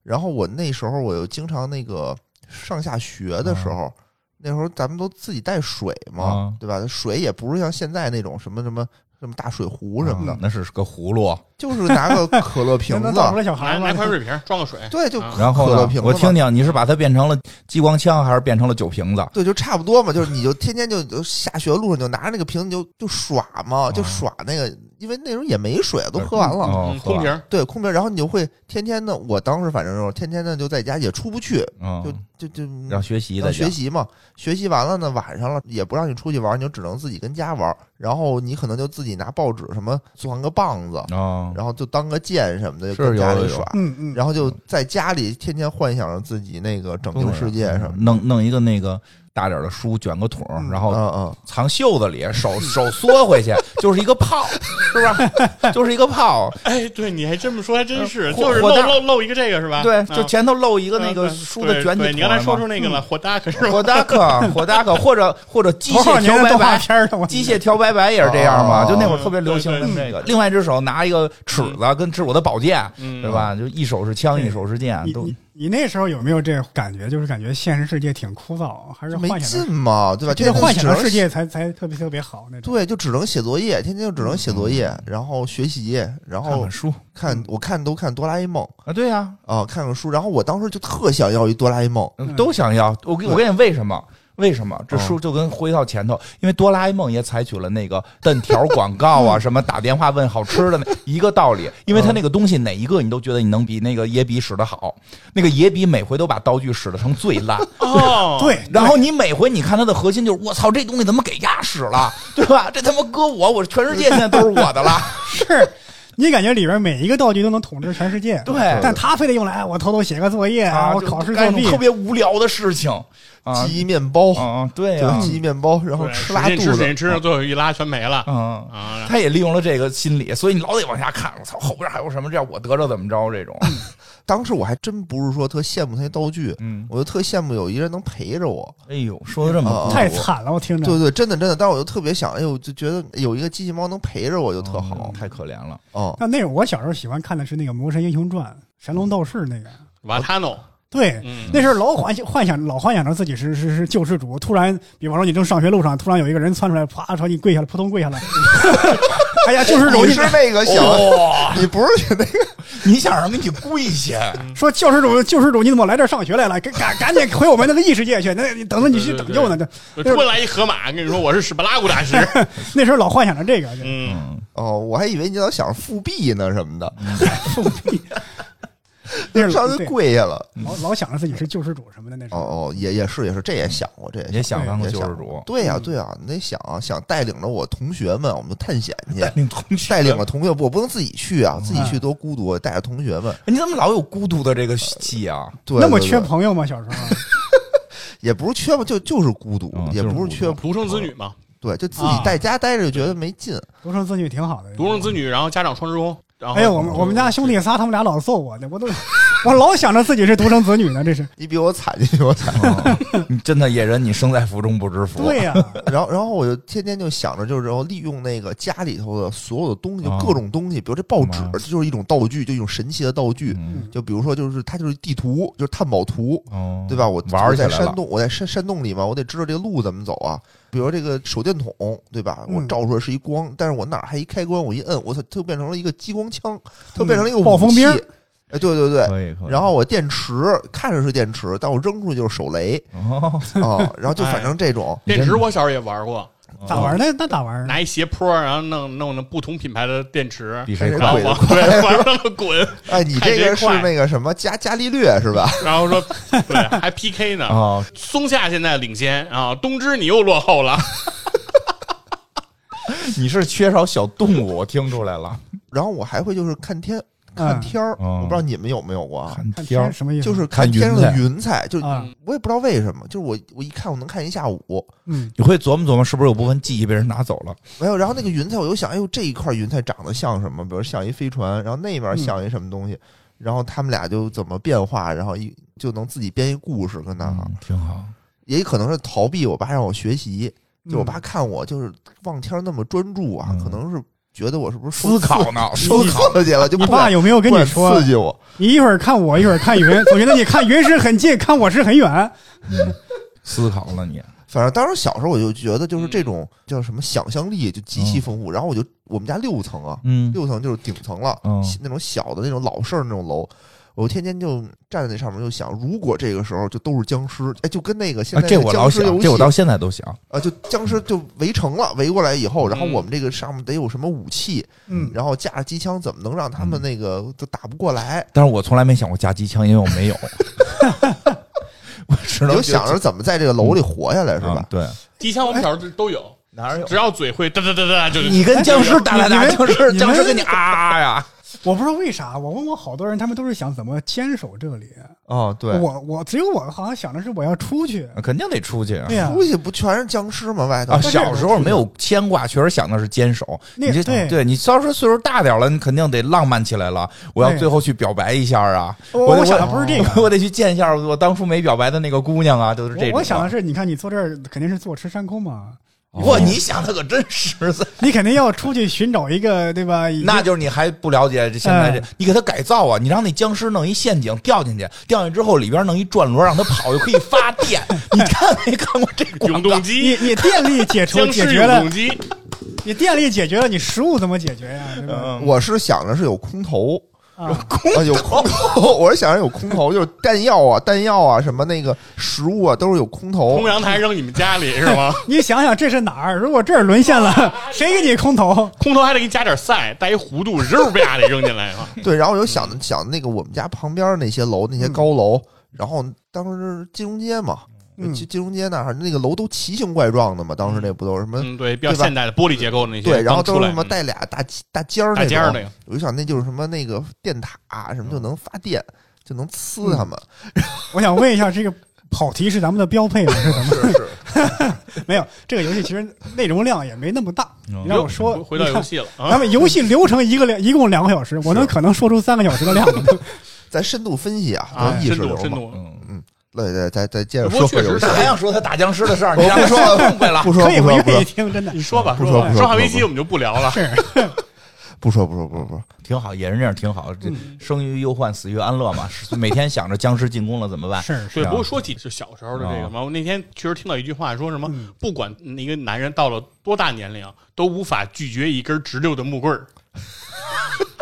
S3: 然后我那时候我又经常那个上下学的时候，那时候咱们都自己带水嘛
S1: 嗯，
S3: 对吧？水也不是像现在那种什么什么什么大水壶什么啊的，
S1: 嗯那是个葫芦，
S3: 就是拿个可乐瓶
S4: *laughs* 能能
S3: 子。
S4: 造出来小孩
S2: 拿拿
S4: 吗？
S2: 块水瓶装个水，
S3: 对，就
S2: 啊
S1: 然后
S3: 可乐
S1: 呢
S3: 瓶，子嘛
S1: 我听听你是把它变成了激光枪，还是变成了酒瓶子？
S3: 对，就差不多嘛，就是你就天天就就下学路上就拿着那个瓶子就就耍嘛，就耍那个，因为那时候也没水，都喝完了。
S1: 啊哦
S2: 嗯，，
S1: 喝
S2: 空
S1: 完
S2: 瓶
S1: 了，
S2: 儿，
S3: 对，空瓶，然后你就会天天的，我当时反正就是天天的就在家也出不去，就
S1: 嗯，
S3: 就就
S1: 让学习
S3: 要
S1: 的
S3: 学习嘛，学习完了呢，晚上了也不让你出去玩，你就只能自己跟家玩，然后你可能就自己拿报纸什么装个棒子，
S1: 啊，
S3: 然后就当个箭什么的，
S1: 是
S3: 就跟家
S1: 有
S3: 里
S1: 有
S3: 耍，
S4: 嗯嗯，
S1: 嗯
S3: 然后就在家里天天幻想着自己那个拯救世界什么的。
S1: 弄弄一个那个大点儿的书卷个桶儿，然
S3: 嗯
S1: 后
S3: 嗯，
S1: 藏袖子里，手手缩回去， *laughs* 就是一个泡，是吧？ *laughs* 就是一个泡。
S2: 哎，对，你还这么说，还真
S4: 呃
S2: 是，
S1: 火
S2: 就是
S1: 火
S2: 漏
S1: 大
S2: 漏漏一个这个是吧？
S1: 对
S2: 啊，
S1: 就前头露一个那个
S2: 嗯对
S1: 书的卷起
S2: 对
S1: 来
S2: 对你刚才说
S1: 嘛
S2: 出那个了，火大可是
S1: 火达克，火达克，或者或者机
S4: 多少
S1: 械
S4: 年
S1: 调
S4: 的
S1: 白
S4: 动画
S1: 白，
S4: 片 *laughs* 儿啊！我
S1: 机械调白白也是这样嘛，
S3: 哦
S1: 就那会儿特别流行
S2: 对
S1: 的
S2: 对
S1: 那个。另外一只手拿一个尺子跟是我的宝剑，
S2: 嗯
S1: 对吧？就一手是枪，
S4: 对
S1: 一手是剑，
S4: 你
S1: 都
S4: 你你那时候有没有这感觉？就是感觉现实世界挺枯燥，还是
S3: 就
S4: 幻
S3: 没
S4: 想的
S3: 劲嘛，对吧？
S4: 这
S3: 天天
S4: 幻
S3: 只
S4: 想的
S3: 能
S4: 世界才才特别特别好那种。
S3: 对，就只能写作业，天天就只能写作业，
S4: 嗯
S3: 然后学习，然
S1: 看
S3: 后
S1: 本书
S3: 看我看都看哆啦 A 梦
S1: 哦啊，对呀，
S3: 啊，看看书，然后我当时就特想要一哆啦 A 梦，
S1: 嗯
S4: 嗯
S1: 都想要。我跟我跟你为什么？为什么这
S3: 哦
S1: 书就跟回到前头？因为哆啦 A 梦也采取了那个弹条广告啊，什么打电话问好吃的那一个道理。因为它那个东西哪一个你都觉得你能比那个野比使得好，那个野比每回都把道具使得成最烂，
S2: 哦，
S4: 对，
S1: 然后你每回你看它的核心就是我操，这东西怎么给压屎了，对吧？这他妈搁我，我全世界现在都是我的了。
S4: 是 *laughs* 你感觉里边每一个道具都能统治全世界，
S1: 对
S4: 但他非得用来哎我偷偷写个作业
S1: 啊，
S4: 我
S1: 就
S4: 考试
S1: 干
S4: 作
S1: 这种
S4: 弊，
S1: 特别无聊的事情啊
S3: 记忆面包，
S4: 哦
S1: 啊，对呀
S3: 对，记忆面包，然后
S2: 对
S3: 吃拉
S2: 使劲
S3: 肚
S2: 吃
S3: 子嗯
S2: 谁，吃，最后一拉全没了
S1: 嗯。
S2: 啊！
S1: 他也利用了这个心理，所以你老得往下看。我操，后边还有什么？这样我得着怎么着？这种，
S3: 当时我还真不是说特羡慕他那道具，
S1: 嗯，
S3: 我就特羡慕有一个人能陪着我。
S1: 哎呦，说的这么多
S3: 啊
S4: 太惨
S1: 哦
S4: 了，我听
S3: 对
S4: 着。
S3: 对，真的真的，但我就特别想，哎呦，就觉得有一个机器猫能陪着我就特好
S1: 嗯。太可怜了。
S3: 哦， *laughs*
S4: 那那种我小时候喜欢看的是那个《魔神英雄传》《神龙斗士》那个，
S2: 瓦塔诺，
S4: 对，
S2: 嗯，
S4: 那时候老幻想幻想老幻想着自己是是是救世主，突然，比方说你正上学路上，突然有一个人窜出来，啪朝你跪下了，扑通跪下了， *laughs* 哎呀，救世主，
S3: 你
S4: 你
S3: 是那个小，
S1: 哇，
S3: 你不是那个
S1: 哦你想让人给你跪下？
S4: 说救世主，救世主，你怎么来这儿上学来了？赶赶赶紧回我们那个异世界去，那你等着你去
S2: 对对
S4: 等
S2: 对
S4: 救呢。这
S2: 突然来一河马，跟你说我是史巴拉古大师，
S4: 那时候老幻想着这个，
S2: 嗯，
S3: 哦，我还以为你老想复辟呢什么的，
S4: 嗯 *laughs* 那是
S3: 上就
S4: 对
S3: 跪下了。
S4: 老老想着自己是救世主什么的，那时候
S3: 哦哦，也也是也是，这也想过，这
S1: 也
S3: 也
S1: 想
S4: 想
S1: 当
S4: 当
S1: 个
S3: 过
S1: 救世主，
S3: 对呀、对呀、你得想啊想带领着我同学们，我们就探险去。
S1: 带领同学
S3: 带领了同学，我不能自己去啊，自己去多孤独。我带着同学们，
S1: 哎你怎么老有孤独的这个戏啊？
S3: 对，
S4: 那么
S3: 对
S4: 缺，
S3: 对
S4: 朋友吗？小时候
S3: 也不是缺吧，就就是孤独，
S1: 嗯
S3: 也
S1: 就是
S3: 不
S1: 孤
S3: 缺，
S1: 独
S2: 独生子女嘛，
S3: 对，就自己在家待着就觉得没劲。
S4: 独生子女挺好的。
S2: 独生子女，然后家长双职工，然后
S4: 哎呀，我们我们家兄弟仨，他们俩老揍我呢，我都我老想着自己是独生子女呢，这是
S3: 你比我惨，你比我惨。
S1: 哦你真的野人，你生在福中不知福。啊
S4: 对呀、
S3: 然后，然后我就天天就想着，就是然后利用那个家里头的所有的东西，就
S1: 啊
S3: 各种东西，比如这报纸
S1: 嗯，
S3: 这就是一种道具，就一种神奇的道具。
S1: 嗯，
S3: 就比如说，就是它就是地图，就是探宝图，
S1: 哦，
S3: 对吧？我
S1: 玩儿
S3: 我
S1: 起
S3: 在
S1: 来了
S3: 山。洞，我在山山洞里嘛，我得知道这个路怎么走啊。比如这个手电筒，对吧？
S4: 嗯
S3: 我照出来是一光，但是我哪儿还一开关，我一摁，我操，它就变成了一个激光枪，它就变成了一个
S4: 嗯暴风
S3: 武器
S4: 兵。
S3: 哎，对对对。
S1: 可以可以。
S3: 然后我电池看着是电池，但我扔出去就是手雷
S1: 哦，
S3: 啊。然后就反正这种，
S2: 电池，我小时候也玩过，
S3: 哦
S4: 咋玩儿呢？那咋玩儿？
S2: 拿一斜坡，然后弄弄那不同品牌的电池，
S1: 比谁
S3: 看谁
S1: 快
S2: 然后
S3: 鬼
S2: 往对往上头滚，
S3: 哎，你这个是那个什么伽伽利略是吧？ *laughs*
S2: 然后说对，还 PK 呢。
S1: 哦，
S2: 松下现在领先啊，东芝你又落后了。
S1: 你是缺少小动物，我听出来了。
S3: 然后我还会就是看天看
S4: 嗯
S3: 天儿，
S1: 嗯
S3: 我不知道你们有没有过啊？
S1: 看
S4: 看
S1: 天儿
S4: 天什么意思？
S3: 就是
S1: 看
S3: 天上的
S1: 云
S3: 云彩，就
S4: 啊
S3: 我也不知道为什么，就是我我一看我能看一下午，
S4: 嗯，
S1: 你会琢磨琢磨，是不是有部分记忆被人拿走了？
S3: 没有。然后那个云彩，我又想，哎呦，这一块云彩长得像什么？比如像一飞船，然后那
S4: 嗯
S3: 面像一什么东西，然后他们俩就怎么变化，然后一就能自己编一故事跟那儿。
S1: 嗯挺
S3: *laughs*
S1: 好。
S3: 也可能是逃避我爸让我学习，就我
S4: 嗯
S3: 爸看我就是望天儿那么专注啊，
S1: 嗯
S3: 可能是觉得我是不是受
S1: 思考呢，
S3: 刺受刺激了，就
S4: 你
S3: 不
S4: 爸
S3: 敢
S4: 有没有跟
S3: 不
S4: 你
S3: 敢
S4: 说啊
S3: 刺，激我。
S4: 你一会儿看我，一会儿看云，总觉得你看云是很近，看我是很远。嗯
S1: 嗯思考了你。
S3: 反正当时小时候我就觉得就是
S4: 嗯
S3: 这种叫什么想象力就极其丰富，然后我就我们家六层啊，
S1: 嗯，
S3: 六层就是顶层了，
S1: 嗯
S3: 那种小的那种老式儿那种楼，我天天就站在那上面就想，如果这个时候就都是僵尸，哎，就跟那个现
S1: 啊
S3: 在、
S1: 这我老
S3: 僵尸
S1: 想，
S3: 游戏
S1: 这我到现在都想。
S3: 啊，就僵尸就围城了，围过来以后，然后
S2: 嗯
S3: 我们这个上面得有什么武器，
S4: 嗯，
S3: 然后架着机枪怎么能让他
S1: 嗯
S3: 们那个都打不过来？
S1: 但是我从来没想过夹机枪，因为我
S3: *laughs*
S1: 没有。我只
S3: 你
S1: 能
S3: 就想着怎么在这个楼里活下来是
S1: 是吧
S3: 吧？？
S1: 对，
S2: 机枪我们小时候都有，
S1: 哪有
S2: 只要嘴会哒哒哒哒，就
S1: 哎你跟僵尸打打打，
S4: 你们
S1: 僵尸
S4: 你们
S1: 僵尸跟你啊啊呀！
S4: 我不知道为啥，我问过好多人，他们都是想怎么坚守这里。
S3: 哦，对，
S4: 我我只有我好像想的是我要出去。
S1: 肯定得出去啊
S4: 对呀、
S3: 出去不全是僵尸吗？外头
S1: 啊！
S4: 是
S1: 小时候没有牵挂，确实想的是坚守。
S4: 那
S1: 你这
S4: 对
S1: 对你到时候岁数大点了，你肯定得浪漫起来了。我要
S4: 对
S1: 最后去表白一下啊！
S4: 我
S1: 得
S4: 我想的不是这
S1: *laughs*
S4: 个
S1: 我得去见一下我当初没表白的那个姑娘啊，就是这种啊。
S4: 我我想的是，你看你坐这儿肯定是坐吃山空嘛，
S1: 哇，你想的可真实在，
S4: 你肯定要出去寻找一个对吧？
S1: 那就是你还不了解这现在这，
S4: 嗯
S1: 你给他改造啊，你让那僵尸弄一陷阱掉进去，掉进去之后里边弄一转轮让他跑，又可以发电。 *laughs* 你看没看过这
S2: *laughs*
S1: 广
S2: 永
S1: 告
S2: 动？
S4: 你
S2: 机，
S4: 你电力解除
S2: 僵
S4: 解
S2: 尸
S4: 决
S2: 永
S4: 了
S2: 动，机，
S4: 你电力解决了，你食物怎么解决呀、对吧？
S1: 嗯，
S3: 我是想着是有空投。
S4: 啊，
S3: 啊，有空投， *laughs* 我是想着有空投，就是弹药啊、弹药啊，什么那个食物啊，都是有空投
S2: 从。阳台扔你们家里是
S3: *laughs*
S2: 吗？
S4: 你想想这是哪儿？如果这儿沦陷了，谁给你空投？
S2: 空投还得给你加点塞，带一弧度，肉吧得扔进来啊！
S3: 对，然后我就想想那个我们家旁边那些楼，那些高楼，然后当时金融街嘛，
S4: 嗯
S3: 金金融街那儿那个楼都奇形怪状的嘛，当时那不都是什么？
S2: 嗯，对，比较
S3: 对吧
S2: 现代的玻璃结构的那些，
S3: 对，然后
S2: 刚
S3: 都
S2: 出
S3: 是
S2: 来
S3: 什么
S2: 嗯
S3: 带俩大大尖儿
S2: 大尖儿那
S3: 种，
S2: 个，嗯
S3: 我就想那就是什么那个电塔、啊什么就能发电，就能呲他们。
S4: 我想问一下，这个跑题是咱们的标配吗？是咱们
S3: 是是，
S4: 没有这个游戏其实内容量也没那么大。
S1: 嗯
S4: 你让我说，
S2: 回回到
S4: 你看
S2: 游戏了啊
S4: 咱，们游戏流程一个两一共两个小时，我能可能说出三个小时的量。
S3: 咱深度分析啊，
S2: 啊，
S3: 咱意
S2: 深
S3: 识
S2: 度
S3: 流
S2: 深
S3: 嘛。
S2: 度，
S1: *laughs* 嗯，
S3: 对对，再再接着
S2: 不
S3: 说
S2: 过确
S3: 回
S2: 实
S3: 游戏
S2: 是。
S1: 还想说他打僵尸的事儿，你
S3: 我
S1: 让
S3: 不
S1: 他
S3: 说了，
S1: 痛快了。
S3: 不说
S4: 可以，
S3: 不
S4: 我
S3: 说不
S4: 愿
S3: 说
S4: 意听，真的
S2: 你说吧，
S3: 不
S2: 说
S3: 说
S2: 吧，
S3: 不说
S2: 生化
S3: 不
S2: 危
S3: 说
S2: 机我们就不聊了，
S4: 是
S3: 不说不说不说不说，
S1: *laughs* 挺好，也是这样，挺好。这生于忧患，死于安乐嘛。是每天想着僵尸进攻了怎么办？
S4: 是是，
S2: 对，
S1: 啊
S2: 不过说起就小时候的这个
S1: 啊
S2: 嘛，我那天确实听到一句话，说什么
S3: 嗯
S2: 不管一个男人到了多大年龄，啊都无法拒绝一根直溜的木棍
S3: *laughs*
S2: 儿。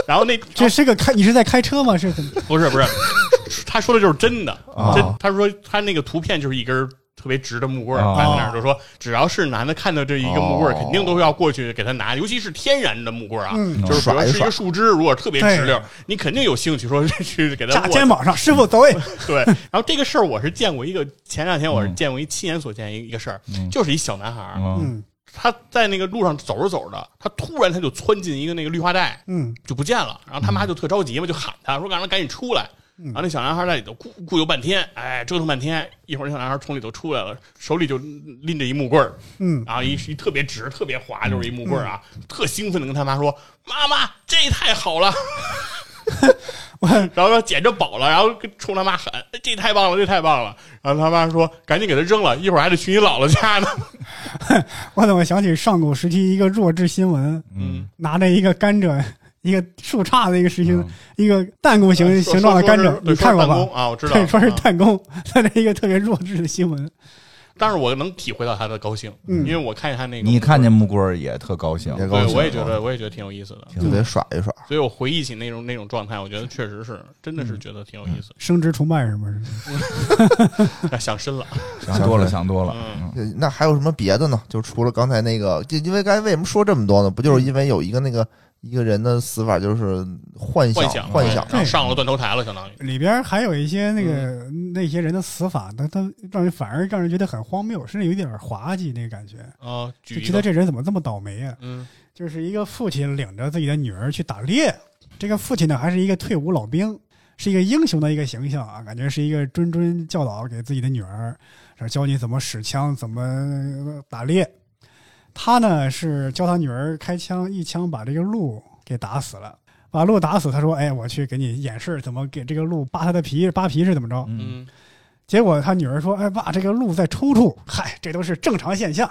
S2: 然后那
S4: 这是个开，你是在开车吗？是怎么？
S2: 不是不
S3: *laughs*
S2: 是，他说的就是真的
S3: 啊，
S2: 真他说他那个图片就是一根。特别直的木棍儿
S1: 啊
S2: 摆在那儿，就说只要是男的看到这一个木棍儿，
S3: 哦
S2: 肯定都要过去给他拿，尤其是天然的木棍儿啊，
S4: 嗯
S2: 就是比
S3: 甩
S2: 如
S3: 一
S2: 是一
S3: 甩
S2: 个树枝，如果特别直溜
S4: 对，
S2: 你肯定有兴趣说去给他
S4: 炸
S2: 握
S4: 肩膀上，师傅走位。
S3: *laughs*
S2: 对，然后这个事儿我是见过一个，前两天我
S3: 嗯
S2: 是见过一亲眼所见一一个事儿，就是一小男孩儿，
S1: 嗯，
S4: 嗯
S2: 他在那个路上走着走着，他突然他就窜进一个那个绿化带，
S4: 嗯，
S2: 就不见了。然后他妈就特着急嘛，就喊他说：“赶紧赶紧出来！”
S4: 嗯
S2: 然后那小男孩在里头咕咕悠半天，哎，折腾半天，一会儿那小男孩从里头出来了，手里就拎着一木棍儿，
S4: 嗯
S2: 然后一一特别直、特别滑，就是一木棍儿啊，特兴奋的跟他妈说：“妈妈，这太好了！”
S4: 我
S2: 然后说捡着宝了，然后冲他妈喊：“这太棒了，这太棒了！”然后他妈说：“赶紧给他扔了，一会儿还得去你姥姥家呢。
S4: 我怎么想起上古时期一个弱智新闻？
S2: 嗯，
S4: 拿着一个甘蔗，一个树杈的一个实心，一个弹弓形形状的甘
S2: 哎说
S4: 蔗
S2: 说，
S4: 你看
S2: 说
S4: 过
S2: 是
S4: 吧
S2: 弹？弓啊，我知道。
S4: 对，说是
S2: 啊
S4: 弹弓，它是一个特别弱智的新闻。
S2: 但是我能体会到他的高兴，
S4: 嗯
S2: 因为我看见他那个，
S1: 你看见木棍儿也特高兴。
S3: 也高
S2: 对，
S3: 兴啊
S2: 我也觉得，我也觉得挺有意思的。
S3: 就得耍一耍。
S2: 所以我回忆起那种那种状态，我觉得确实是，真的
S4: 嗯
S2: 是觉得挺有意思。
S4: 生殖崇拜什么？
S3: *laughs*
S2: 那想深了，
S1: 想多了，想多了。
S2: 嗯
S3: 呃那还有什么别的呢？就除了刚才那个，就因为刚才为什么说这么多呢？不就是因为有一个那个一个人的死法就是幻想
S2: 幻想
S3: 幻想
S2: 对然后上了断头台了，相当于。
S4: 里边还有一些那个、
S2: 嗯
S4: 那些人的死法，他他让人反而让人觉得很荒谬，甚至有一点滑稽那个感觉，
S2: 啊，
S4: 就
S2: 举一
S4: 觉得
S2: 个，
S4: 这人怎么这么倒霉啊！
S2: 嗯
S4: 就是一个父亲领着自己的女儿去打猎，这个父亲呢还是一个退伍老兵，是一个英雄的一个形象啊，感觉是一个谆谆教导给自己的女儿，然后教你怎么使枪，怎么打猎。他呢是教他女儿开枪，一枪把这个鹿给打死了。把鹿打死，他说：“哎，我去给你演示怎么给这个鹿扒它的皮，扒皮是怎么着？”
S1: 嗯，
S2: 嗯，
S4: 结果他女儿说：“哎，爸，这个鹿在抽搐，嗨，这都是正常现象。”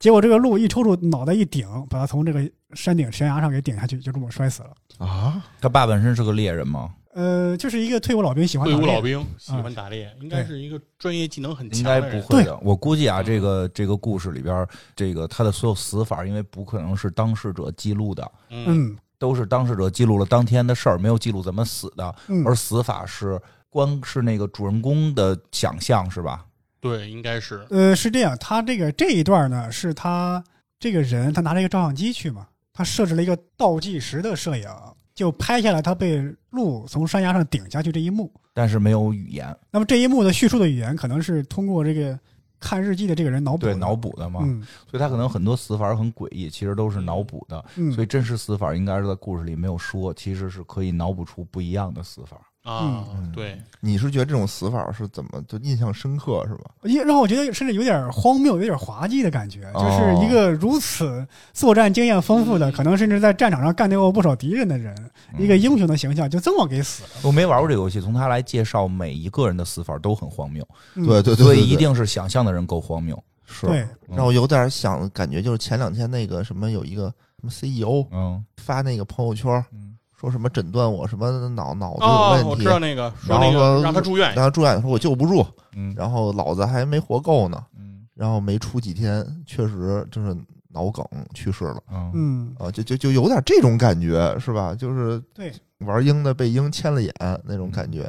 S4: 结果这个鹿一抽搐，脑袋一顶，把他从这个山顶悬崖上给顶下去，就这么摔死了。
S2: 嗯
S3: 啊！
S1: 他爸本身是个猎人吗？
S4: 呃，就是一个退伍老兵喜欢
S2: 队
S4: 打
S2: 伍老
S4: 猎，
S2: 兵喜
S3: 啊
S2: 欢打猎，应该是一个专业技能很
S1: 应
S2: 强
S1: 该
S2: 的人。
S1: 不会
S4: 对
S1: 的。我估计啊，这个这个故事里边儿，这个他的所有死法，因为不可能是当事者记录的，
S2: 嗯，
S4: 嗯
S1: 都是当事者记录了当天的事儿，没有记录怎么死的。
S4: 嗯
S1: 而死法是光是那个主人公的想象，是吧？
S2: 对，应该是
S4: 呃，是这样，他这个这一段呢，是他这个人他拿着一个照相机去嘛，他设置了一个倒计时的摄影，就拍下了他被鹿从山崖上顶下去这一幕。
S1: 但是没有语言。
S4: 那么这一幕的叙述的语言可能是通过这个看日记的这个人脑补
S1: 对
S4: 的，
S1: 脑补的嘛，
S4: 嗯
S1: 所以他可能很多死法很诡异，其实都是脑补的。
S4: 嗯，
S1: 所以真实死法应该是在故事里没有说，其实是可以脑补出不一样的死法。
S2: 啊，
S3: 嗯
S2: 对，
S3: 你是觉得这种死法是怎么就印象深刻是吧？
S4: 也让我觉得甚至有点荒谬，有点滑稽的感觉。
S3: 哦
S4: 就是一个如此作战经验丰富的，
S2: 嗯
S4: 可能甚至在战场上干掉过不少敌人的人，一
S3: 嗯
S4: 个英雄的形象就这么给死了。
S1: 我没玩过这个游戏，从他来介绍每一个人的死法都很荒谬，
S4: 嗯
S3: 对对对，
S1: 所以
S3: 对
S1: 一定是想象的人够荒谬。
S3: 是
S4: 对，
S3: 让我有点想，感觉就是前两天那个什么有一个什么 CEO
S1: 嗯
S3: 发那个朋友圈
S1: 嗯，
S3: 说什么诊断我什么脑脑子
S2: 哦，
S3: 有
S2: 我
S3: 问题
S2: 知，道那个说
S3: 然后
S2: 那个
S3: 说
S2: 让他住院
S3: 然，后住院说我救不住，
S1: 嗯
S3: 然后老子还没活够呢，
S1: 嗯
S3: 然后没出几天，确实就是脑梗去世了
S1: 嗯
S4: 嗯，
S3: 啊，就就就有点这种感觉是吧？就是
S4: 对，
S3: 玩鹰的被鹰牵了眼那种感觉，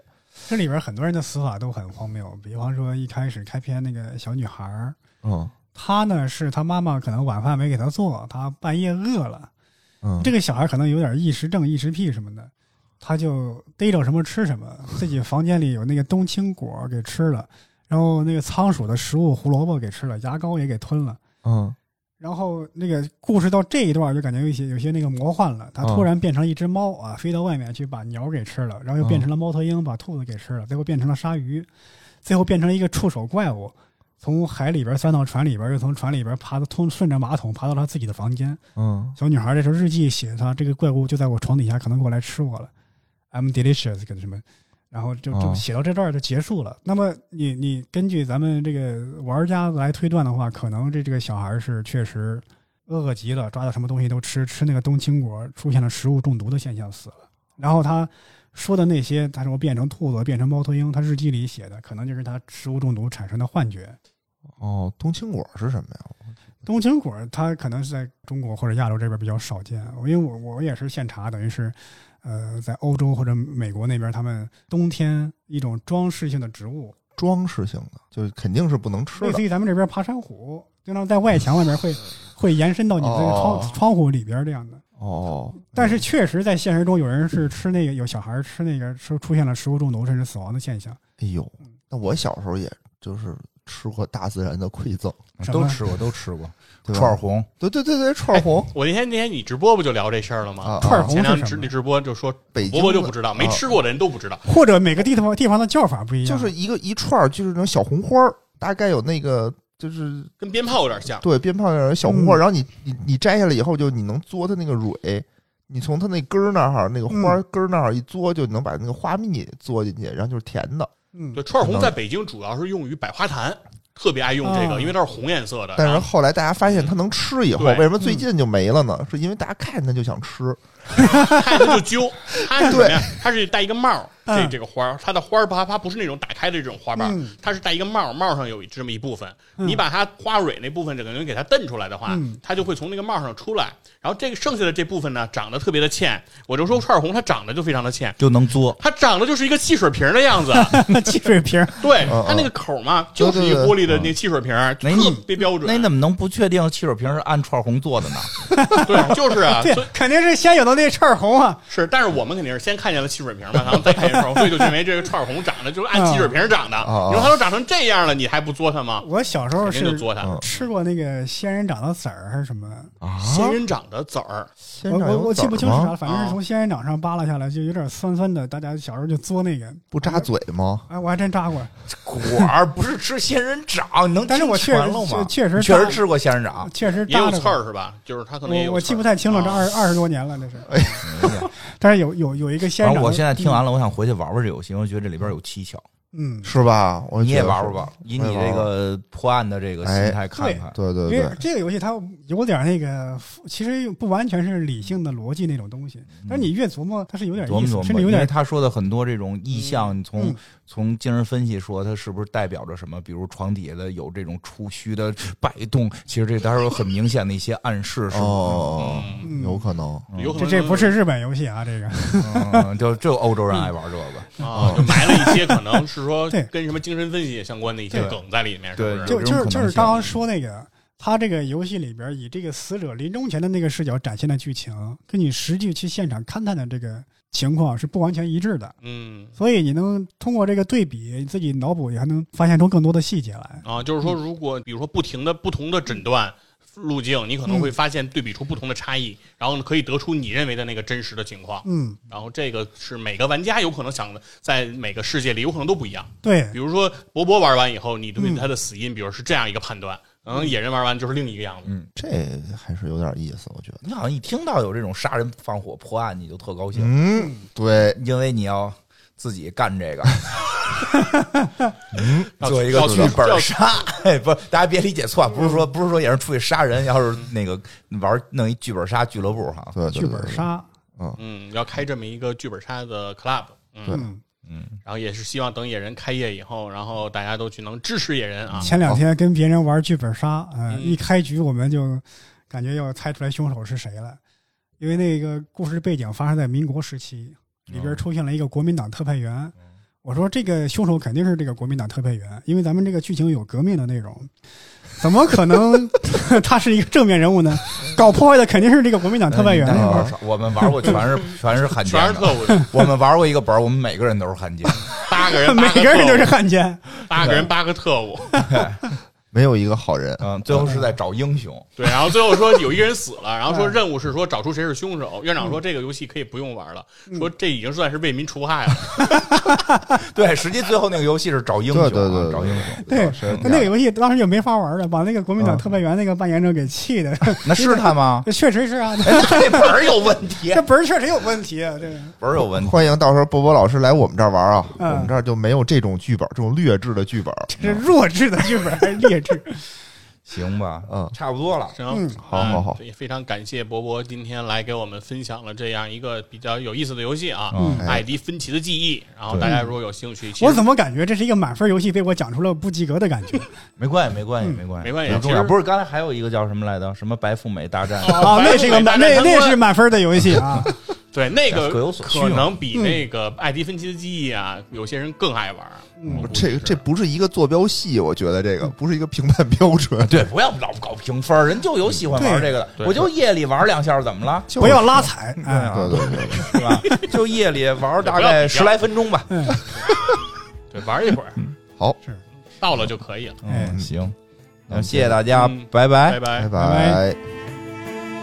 S4: 这里边很多人的死法都很荒谬，比方说一开始开篇那个小女孩儿，
S3: 嗯
S4: 她呢是她妈妈可能晚饭没给她做，她半夜饿了，
S3: 嗯，
S4: 这个小孩可能有点异食症、异食癖什么的，他就逮着什么吃什么，自己房间里有那个冬青果给吃了，然后那个仓鼠的食物胡萝卜给吃了，牙膏也给吞了。
S3: 嗯
S4: 然后那个故事到这一段就感觉有些有些那个魔幻了，它突然变成一只猫啊，飞到外面去把鸟给吃了，然后又变成了猫头鹰把兔子给吃了，最后变成了鲨鱼，最后变成了一个触手怪物，从海里边钻到船里边，又从船里边爬到通顺着马桶爬到他自己的房间，
S3: 嗯
S4: 小女孩这时候日记写她这个怪物就在我床底下，可能过来吃我了，I'm delicious 跟什么，然后就就
S3: 哦
S4: 写到这段儿就结束了。那么你你根据咱们这个玩家来推断的话，可能这这个小孩是确实饿极了，抓到什么东西都吃，吃那个冬青果出现了食物中毒的现象死了。然后他说的那些，他说变成兔子、变成猫头鹰，他日记里写的可能就是他食物中毒产生的幻觉。
S3: 哦，冬青果是什么呀？
S4: 冬青果它可能是在中国或者亚洲这边比较少见，我因为我我也是现查，等于是，呃，在欧洲或者美国那边，他们冬天一种装饰性的植物，
S3: 装饰性的，就是肯定是不能吃
S4: 类
S3: 的
S4: 似于咱们这边爬山虎，经常在外墙外面
S3: *laughs*
S4: 会会延伸到你的这个窗、
S3: 哦
S4: 窗户里边这样的。
S3: 哦。
S4: 但是确实在现实中，有人是吃那个，有小孩吃那个，出出现了食物中毒甚至死亡的现象。
S3: 哎呦，那我小时候也就是吃过大自然的馈赠，
S4: 什么
S1: 都吃过，都吃过
S3: 对吧哎
S1: 串儿，红，
S3: 对对对对，串儿红
S2: 我那天那天你直播不就聊这事儿了吗？
S3: 啊，啊
S4: 串儿红
S2: 前两
S4: 是
S2: 天直
S4: 什么
S2: 那直播就说
S3: 北
S2: 伯
S3: 京
S2: 伯就
S3: 的
S2: 不知道，
S3: 啊
S2: 没吃过的人都不知道。
S4: 或者每个地方地方的叫法不一样，
S3: 嗯就是一个一串儿，就是那种小红花儿，大概有那个就是
S2: 跟鞭炮有点像，
S3: 对鞭炮那种小红花儿，
S4: 嗯
S3: 然后你你你摘下来以后，就你能嘬它那个蕊，你从它那根儿那儿那个花
S4: 嗯
S3: 儿根儿那儿一嘬，就能把那个花蜜嘬进去，然后就是甜的。 *laughs*
S4: 嗯，
S2: 对，串儿红
S3: 可能
S2: 在北京主要是用于百花坛，特别爱用这
S4: 啊
S2: 个，因为它是红颜
S1: 哎
S2: 色的。
S3: 但是
S2: 然后
S3: 后来大家发现它能吃以后，
S2: 对
S3: 为什么
S4: 嗯
S3: 最近就没了呢？是因为大家看见它就想吃。
S2: 看着它就
S3: *laughs*
S2: 揪，它是什
S3: 对
S2: 么呀？它是戴一个帽儿，这
S4: 嗯
S2: 这个花儿，它的花儿吧，它不是那种打开的这种花瓣儿
S4: 嗯，
S2: 它是戴一个帽儿，帽儿上有这么一部分。
S4: 嗯
S2: 你把它花蕊那部分整个人给它瞪出来的话
S4: 嗯，
S2: 它就会从那个帽儿上出来。然后这个剩下的这部分呢，长得特别的欠。我就说串儿红它长得就非常的欠，
S1: 就能作。
S2: 它长得就是一个汽水瓶儿的样
S3: *laughs*
S2: 子。
S4: *laughs* 汽水瓶儿，
S2: 对，
S3: 嗯
S2: 它那个口儿嘛，就是一
S3: 对对对嗯
S2: 玻璃的那个汽水瓶儿，
S1: 那你
S2: 特别标准。
S1: 那你怎么能不确定汽水瓶是按串儿红做的呢？
S2: 对，就是
S3: *laughs*
S2: 啊，
S4: 对
S2: 所以，
S4: 肯定是先有的那串儿红啊，
S2: 是，但是我们肯定是先看见了汽水瓶嘛，然后再看见串红，所以就认为这个串红长得就是按汽水瓶长的。
S3: 啊
S2: 你说它都长成这样了，你还不作它吗？
S4: 我小时候
S2: 肯定就是作它。
S3: 嗯啊
S4: 吃过那个仙人掌的籽儿还是什么？
S2: 仙人掌的籽儿，
S3: 仙
S4: 我
S3: 人掌
S4: 我
S3: 有
S4: 我
S3: 籽
S4: 记不
S3: 儿
S4: 清是
S3: 吗啊
S4: 啥，反正是从仙人掌上扒拉下来，就有点酸酸的。大家小时候就嘬那个，
S3: 不扎嘴吗？
S4: 哎，我还真扎
S1: *laughs*
S4: 过，
S2: 啊
S1: 果儿不是吃仙人掌，你能
S4: 但是
S1: 听
S4: 我确
S1: 全
S4: 实
S1: 了吗？
S4: 确确实
S1: 确实
S4: 扎
S1: 吃过仙人 *laughs* 掌，
S4: 确实
S2: 也
S4: 扎
S2: 有
S4: 着
S2: 刺
S4: 过。
S2: 儿是吧？就是它可能也
S4: 我
S2: 有。
S4: 我记不。太清了，这
S2: 啊
S4: 二二十多年了，这是。
S3: 哎
S1: 呀
S4: 但是有有有一个仙
S1: 反正
S4: 人掌，
S1: 我现在听，完了，我想回去玩玩这游戏，因为我觉得这里边有蹊跷。
S4: 嗯，
S3: 啊是吧？我
S1: 你也
S3: 觉得
S1: 玩
S3: 是
S1: 玩吧，以
S3: 我
S1: 你
S3: 也玩
S1: 这个破案的这个
S4: 哎
S1: 心态看看。
S3: 对对
S4: 因
S3: 对
S4: 为，这个游戏它有点那个，其实又不完全是理性的逻辑那种东西，
S3: 嗯
S4: 但是你越琢磨，它是有点
S1: 琢磨
S4: 意
S1: 琢
S4: 思，
S1: 磨
S4: 甚
S1: 吧，
S4: 至
S1: 因
S4: 有
S1: 为
S4: 点
S1: 他说的很多这种意象，你从
S4: 嗯
S1: 从精神分析说，它是不是代表着什么？比如床底下的有这种触须的摆动，其实这当然有很明显的一些暗示，是吧？
S3: 哦，
S2: 嗯，
S4: 嗯
S3: 有可能。
S2: 有可
S4: 这
S2: 能
S4: 这不是日本游戏啊，这个
S1: 嗯，就就欧洲人爱玩这个。
S2: 啊，就埋了一些可能是说
S4: 对
S2: 跟什么精神分析相关的一些
S1: 对
S2: 梗在里面，是不
S1: 对
S2: 是？
S4: 就
S1: 有这
S4: 就
S1: 种
S4: 是
S1: 可
S4: 就
S1: 能
S4: 是刚
S1: 性啊
S4: 刚说那个，他这个游戏里边以这个死者临终前的那个视角展现的剧情，跟你实际去现场勘探的这个情况是不完全一致的，
S2: 嗯
S4: 所以你能通过这个对比，你自己脑补，你还能发现出更多的细节来。
S2: 啊，就是说，如果比如说不停的不同的诊断路径，你可能会发现对比出不同的差异，然后呢可以得出你认为的那个真实的情况。
S4: 嗯，
S2: 然后这个是每个玩家有可能想的，在每个世界里有可能都不一样。
S4: 对
S2: 比，如说博博玩完以后，你
S4: 嗯
S2: 对他的死因，比如是这样一个判断，可能野人玩完就是另一个样子。
S3: 这还是有点意思，我觉得。
S1: 你好像一听到有这种杀人放火破案，你就特高兴，
S3: 嗯，对，
S1: 因为你要自己干这个，
S4: 嗯
S1: *laughs*
S2: 要
S1: 做一个
S2: 要
S1: 剧
S2: 去
S1: 本
S2: 要
S1: 杀。哎，不，大家别理解错，不是说
S4: 嗯
S1: 不是说也是出去杀人，要是那个玩弄一剧本杀俱乐部哈，
S3: 对，对
S4: 剧本，杀，
S2: 嗯，要开这么一个剧本杀的 club。嗯，
S4: 嗯，
S2: 然后也是希望等野人开业以后，然后大家都去能支持野人啊。
S4: 前两天跟别人玩剧本杀，呃，
S2: 嗯
S4: 一开局我们就感觉要猜出来凶手是谁了，因为那个故事背景发生在民国时期，里边出现了一个国民党特派员。我说这个凶手肯定是这个国民党特派员，因为咱们这个剧情有革命的内容，怎么可能他是一个正面人物呢？搞破坏的肯定是这个国民党特
S1: *laughs*
S4: 派员
S1: 嗯你
S4: 呀。
S1: 那玩少我们玩过全是 *laughs* 全是汉
S2: 全
S1: 奸
S2: 是
S1: 的，
S2: 特务人，
S1: 我们玩过一个本儿，我们每个人都是汉奸，
S2: 八个人，
S4: *laughs* *laughs* 每
S2: 八
S4: 个人
S2: 特务
S4: 都是汉奸，
S2: 八个人八个特务，
S3: 没有一个好人。
S4: *laughs*
S1: 嗯，最后是在找英雄，
S2: 对，然后最后说有一个人死了，然后说
S4: 嗯
S2: 任务是说找出谁是凶手。院长说这个游戏可以不用玩了，
S4: 嗯
S2: 说这已经算是为民除害了。
S1: 对，实际最后那个游戏是找英雄啊，
S3: 对对对对
S1: 找英雄，
S4: 对
S3: 是，
S4: 那个游戏当时就没法玩了，把那个国民党
S3: 嗯
S4: 特派员那个扮演者给气的，
S1: 那是他
S4: *laughs*
S1: 吗？
S4: 这确实是啊，
S1: 哎，那这本儿有问题啊
S4: 这，本儿确实有问题啊，这个
S1: 本儿有问题。
S3: 欢迎到时候波波老师来我们这儿玩啊，
S4: 嗯
S3: 我们这儿就没有这种剧本，这种劣质的剧本。
S4: *laughs* 这是弱智的剧本还是劣 *laughs* 质？
S1: 行吧，
S3: 嗯
S1: 差不多了。
S2: 行，
S4: 嗯
S3: 好好好
S2: 也非常感谢博博今天来给我们分享了这样一个比较有意思的游戏啊，
S1: 嗯
S2: 《艾迪芬奇的记忆》。然后大家如果有兴趣，其
S4: 我
S2: 实
S4: 怎么感觉这是一个满分游戏被我讲出了不及格的感觉？
S1: 没关系，没关系，没关系，
S2: 没关系
S1: 不重要。
S2: 其实
S1: 不是刚才还有一个叫什么来着？什么白富美大战？
S2: 哦
S4: 啊，那是一个
S2: 白
S4: 满，
S2: 富美
S4: 那
S2: 大战
S4: 那
S2: 参
S4: 是
S2: 观
S4: 满分的游戏 *laughs* 啊！
S2: 对那个
S1: 各有所需嘛
S2: 可能比
S3: 嗯
S2: 那个《艾迪芬奇的记忆》啊，有些人更爱玩。
S4: 嗯
S2: 我估计
S3: 嗯这
S2: 是
S3: 这不是一个坐标系，我觉得这个不是一个评判标准。
S1: 对，不要老搞评分儿，人就有喜欢玩这个的。
S2: 对
S1: 我就夜里玩两下，怎么了？
S4: 不要拉踩，哎，
S1: 啊
S3: 对，对对
S1: 是
S3: 对，
S1: 吧？就夜里玩大概十来分钟吧。嗯
S2: 对玩一会儿
S3: 好，
S2: 到了就可以了。
S4: 哎
S1: 嗯，行，那
S3: 嗯
S1: 谢谢大家
S2: 嗯，
S1: 拜拜
S2: 拜。拜
S3: 拜。
S4: 拜
S3: 拜。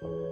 S5: Thank you.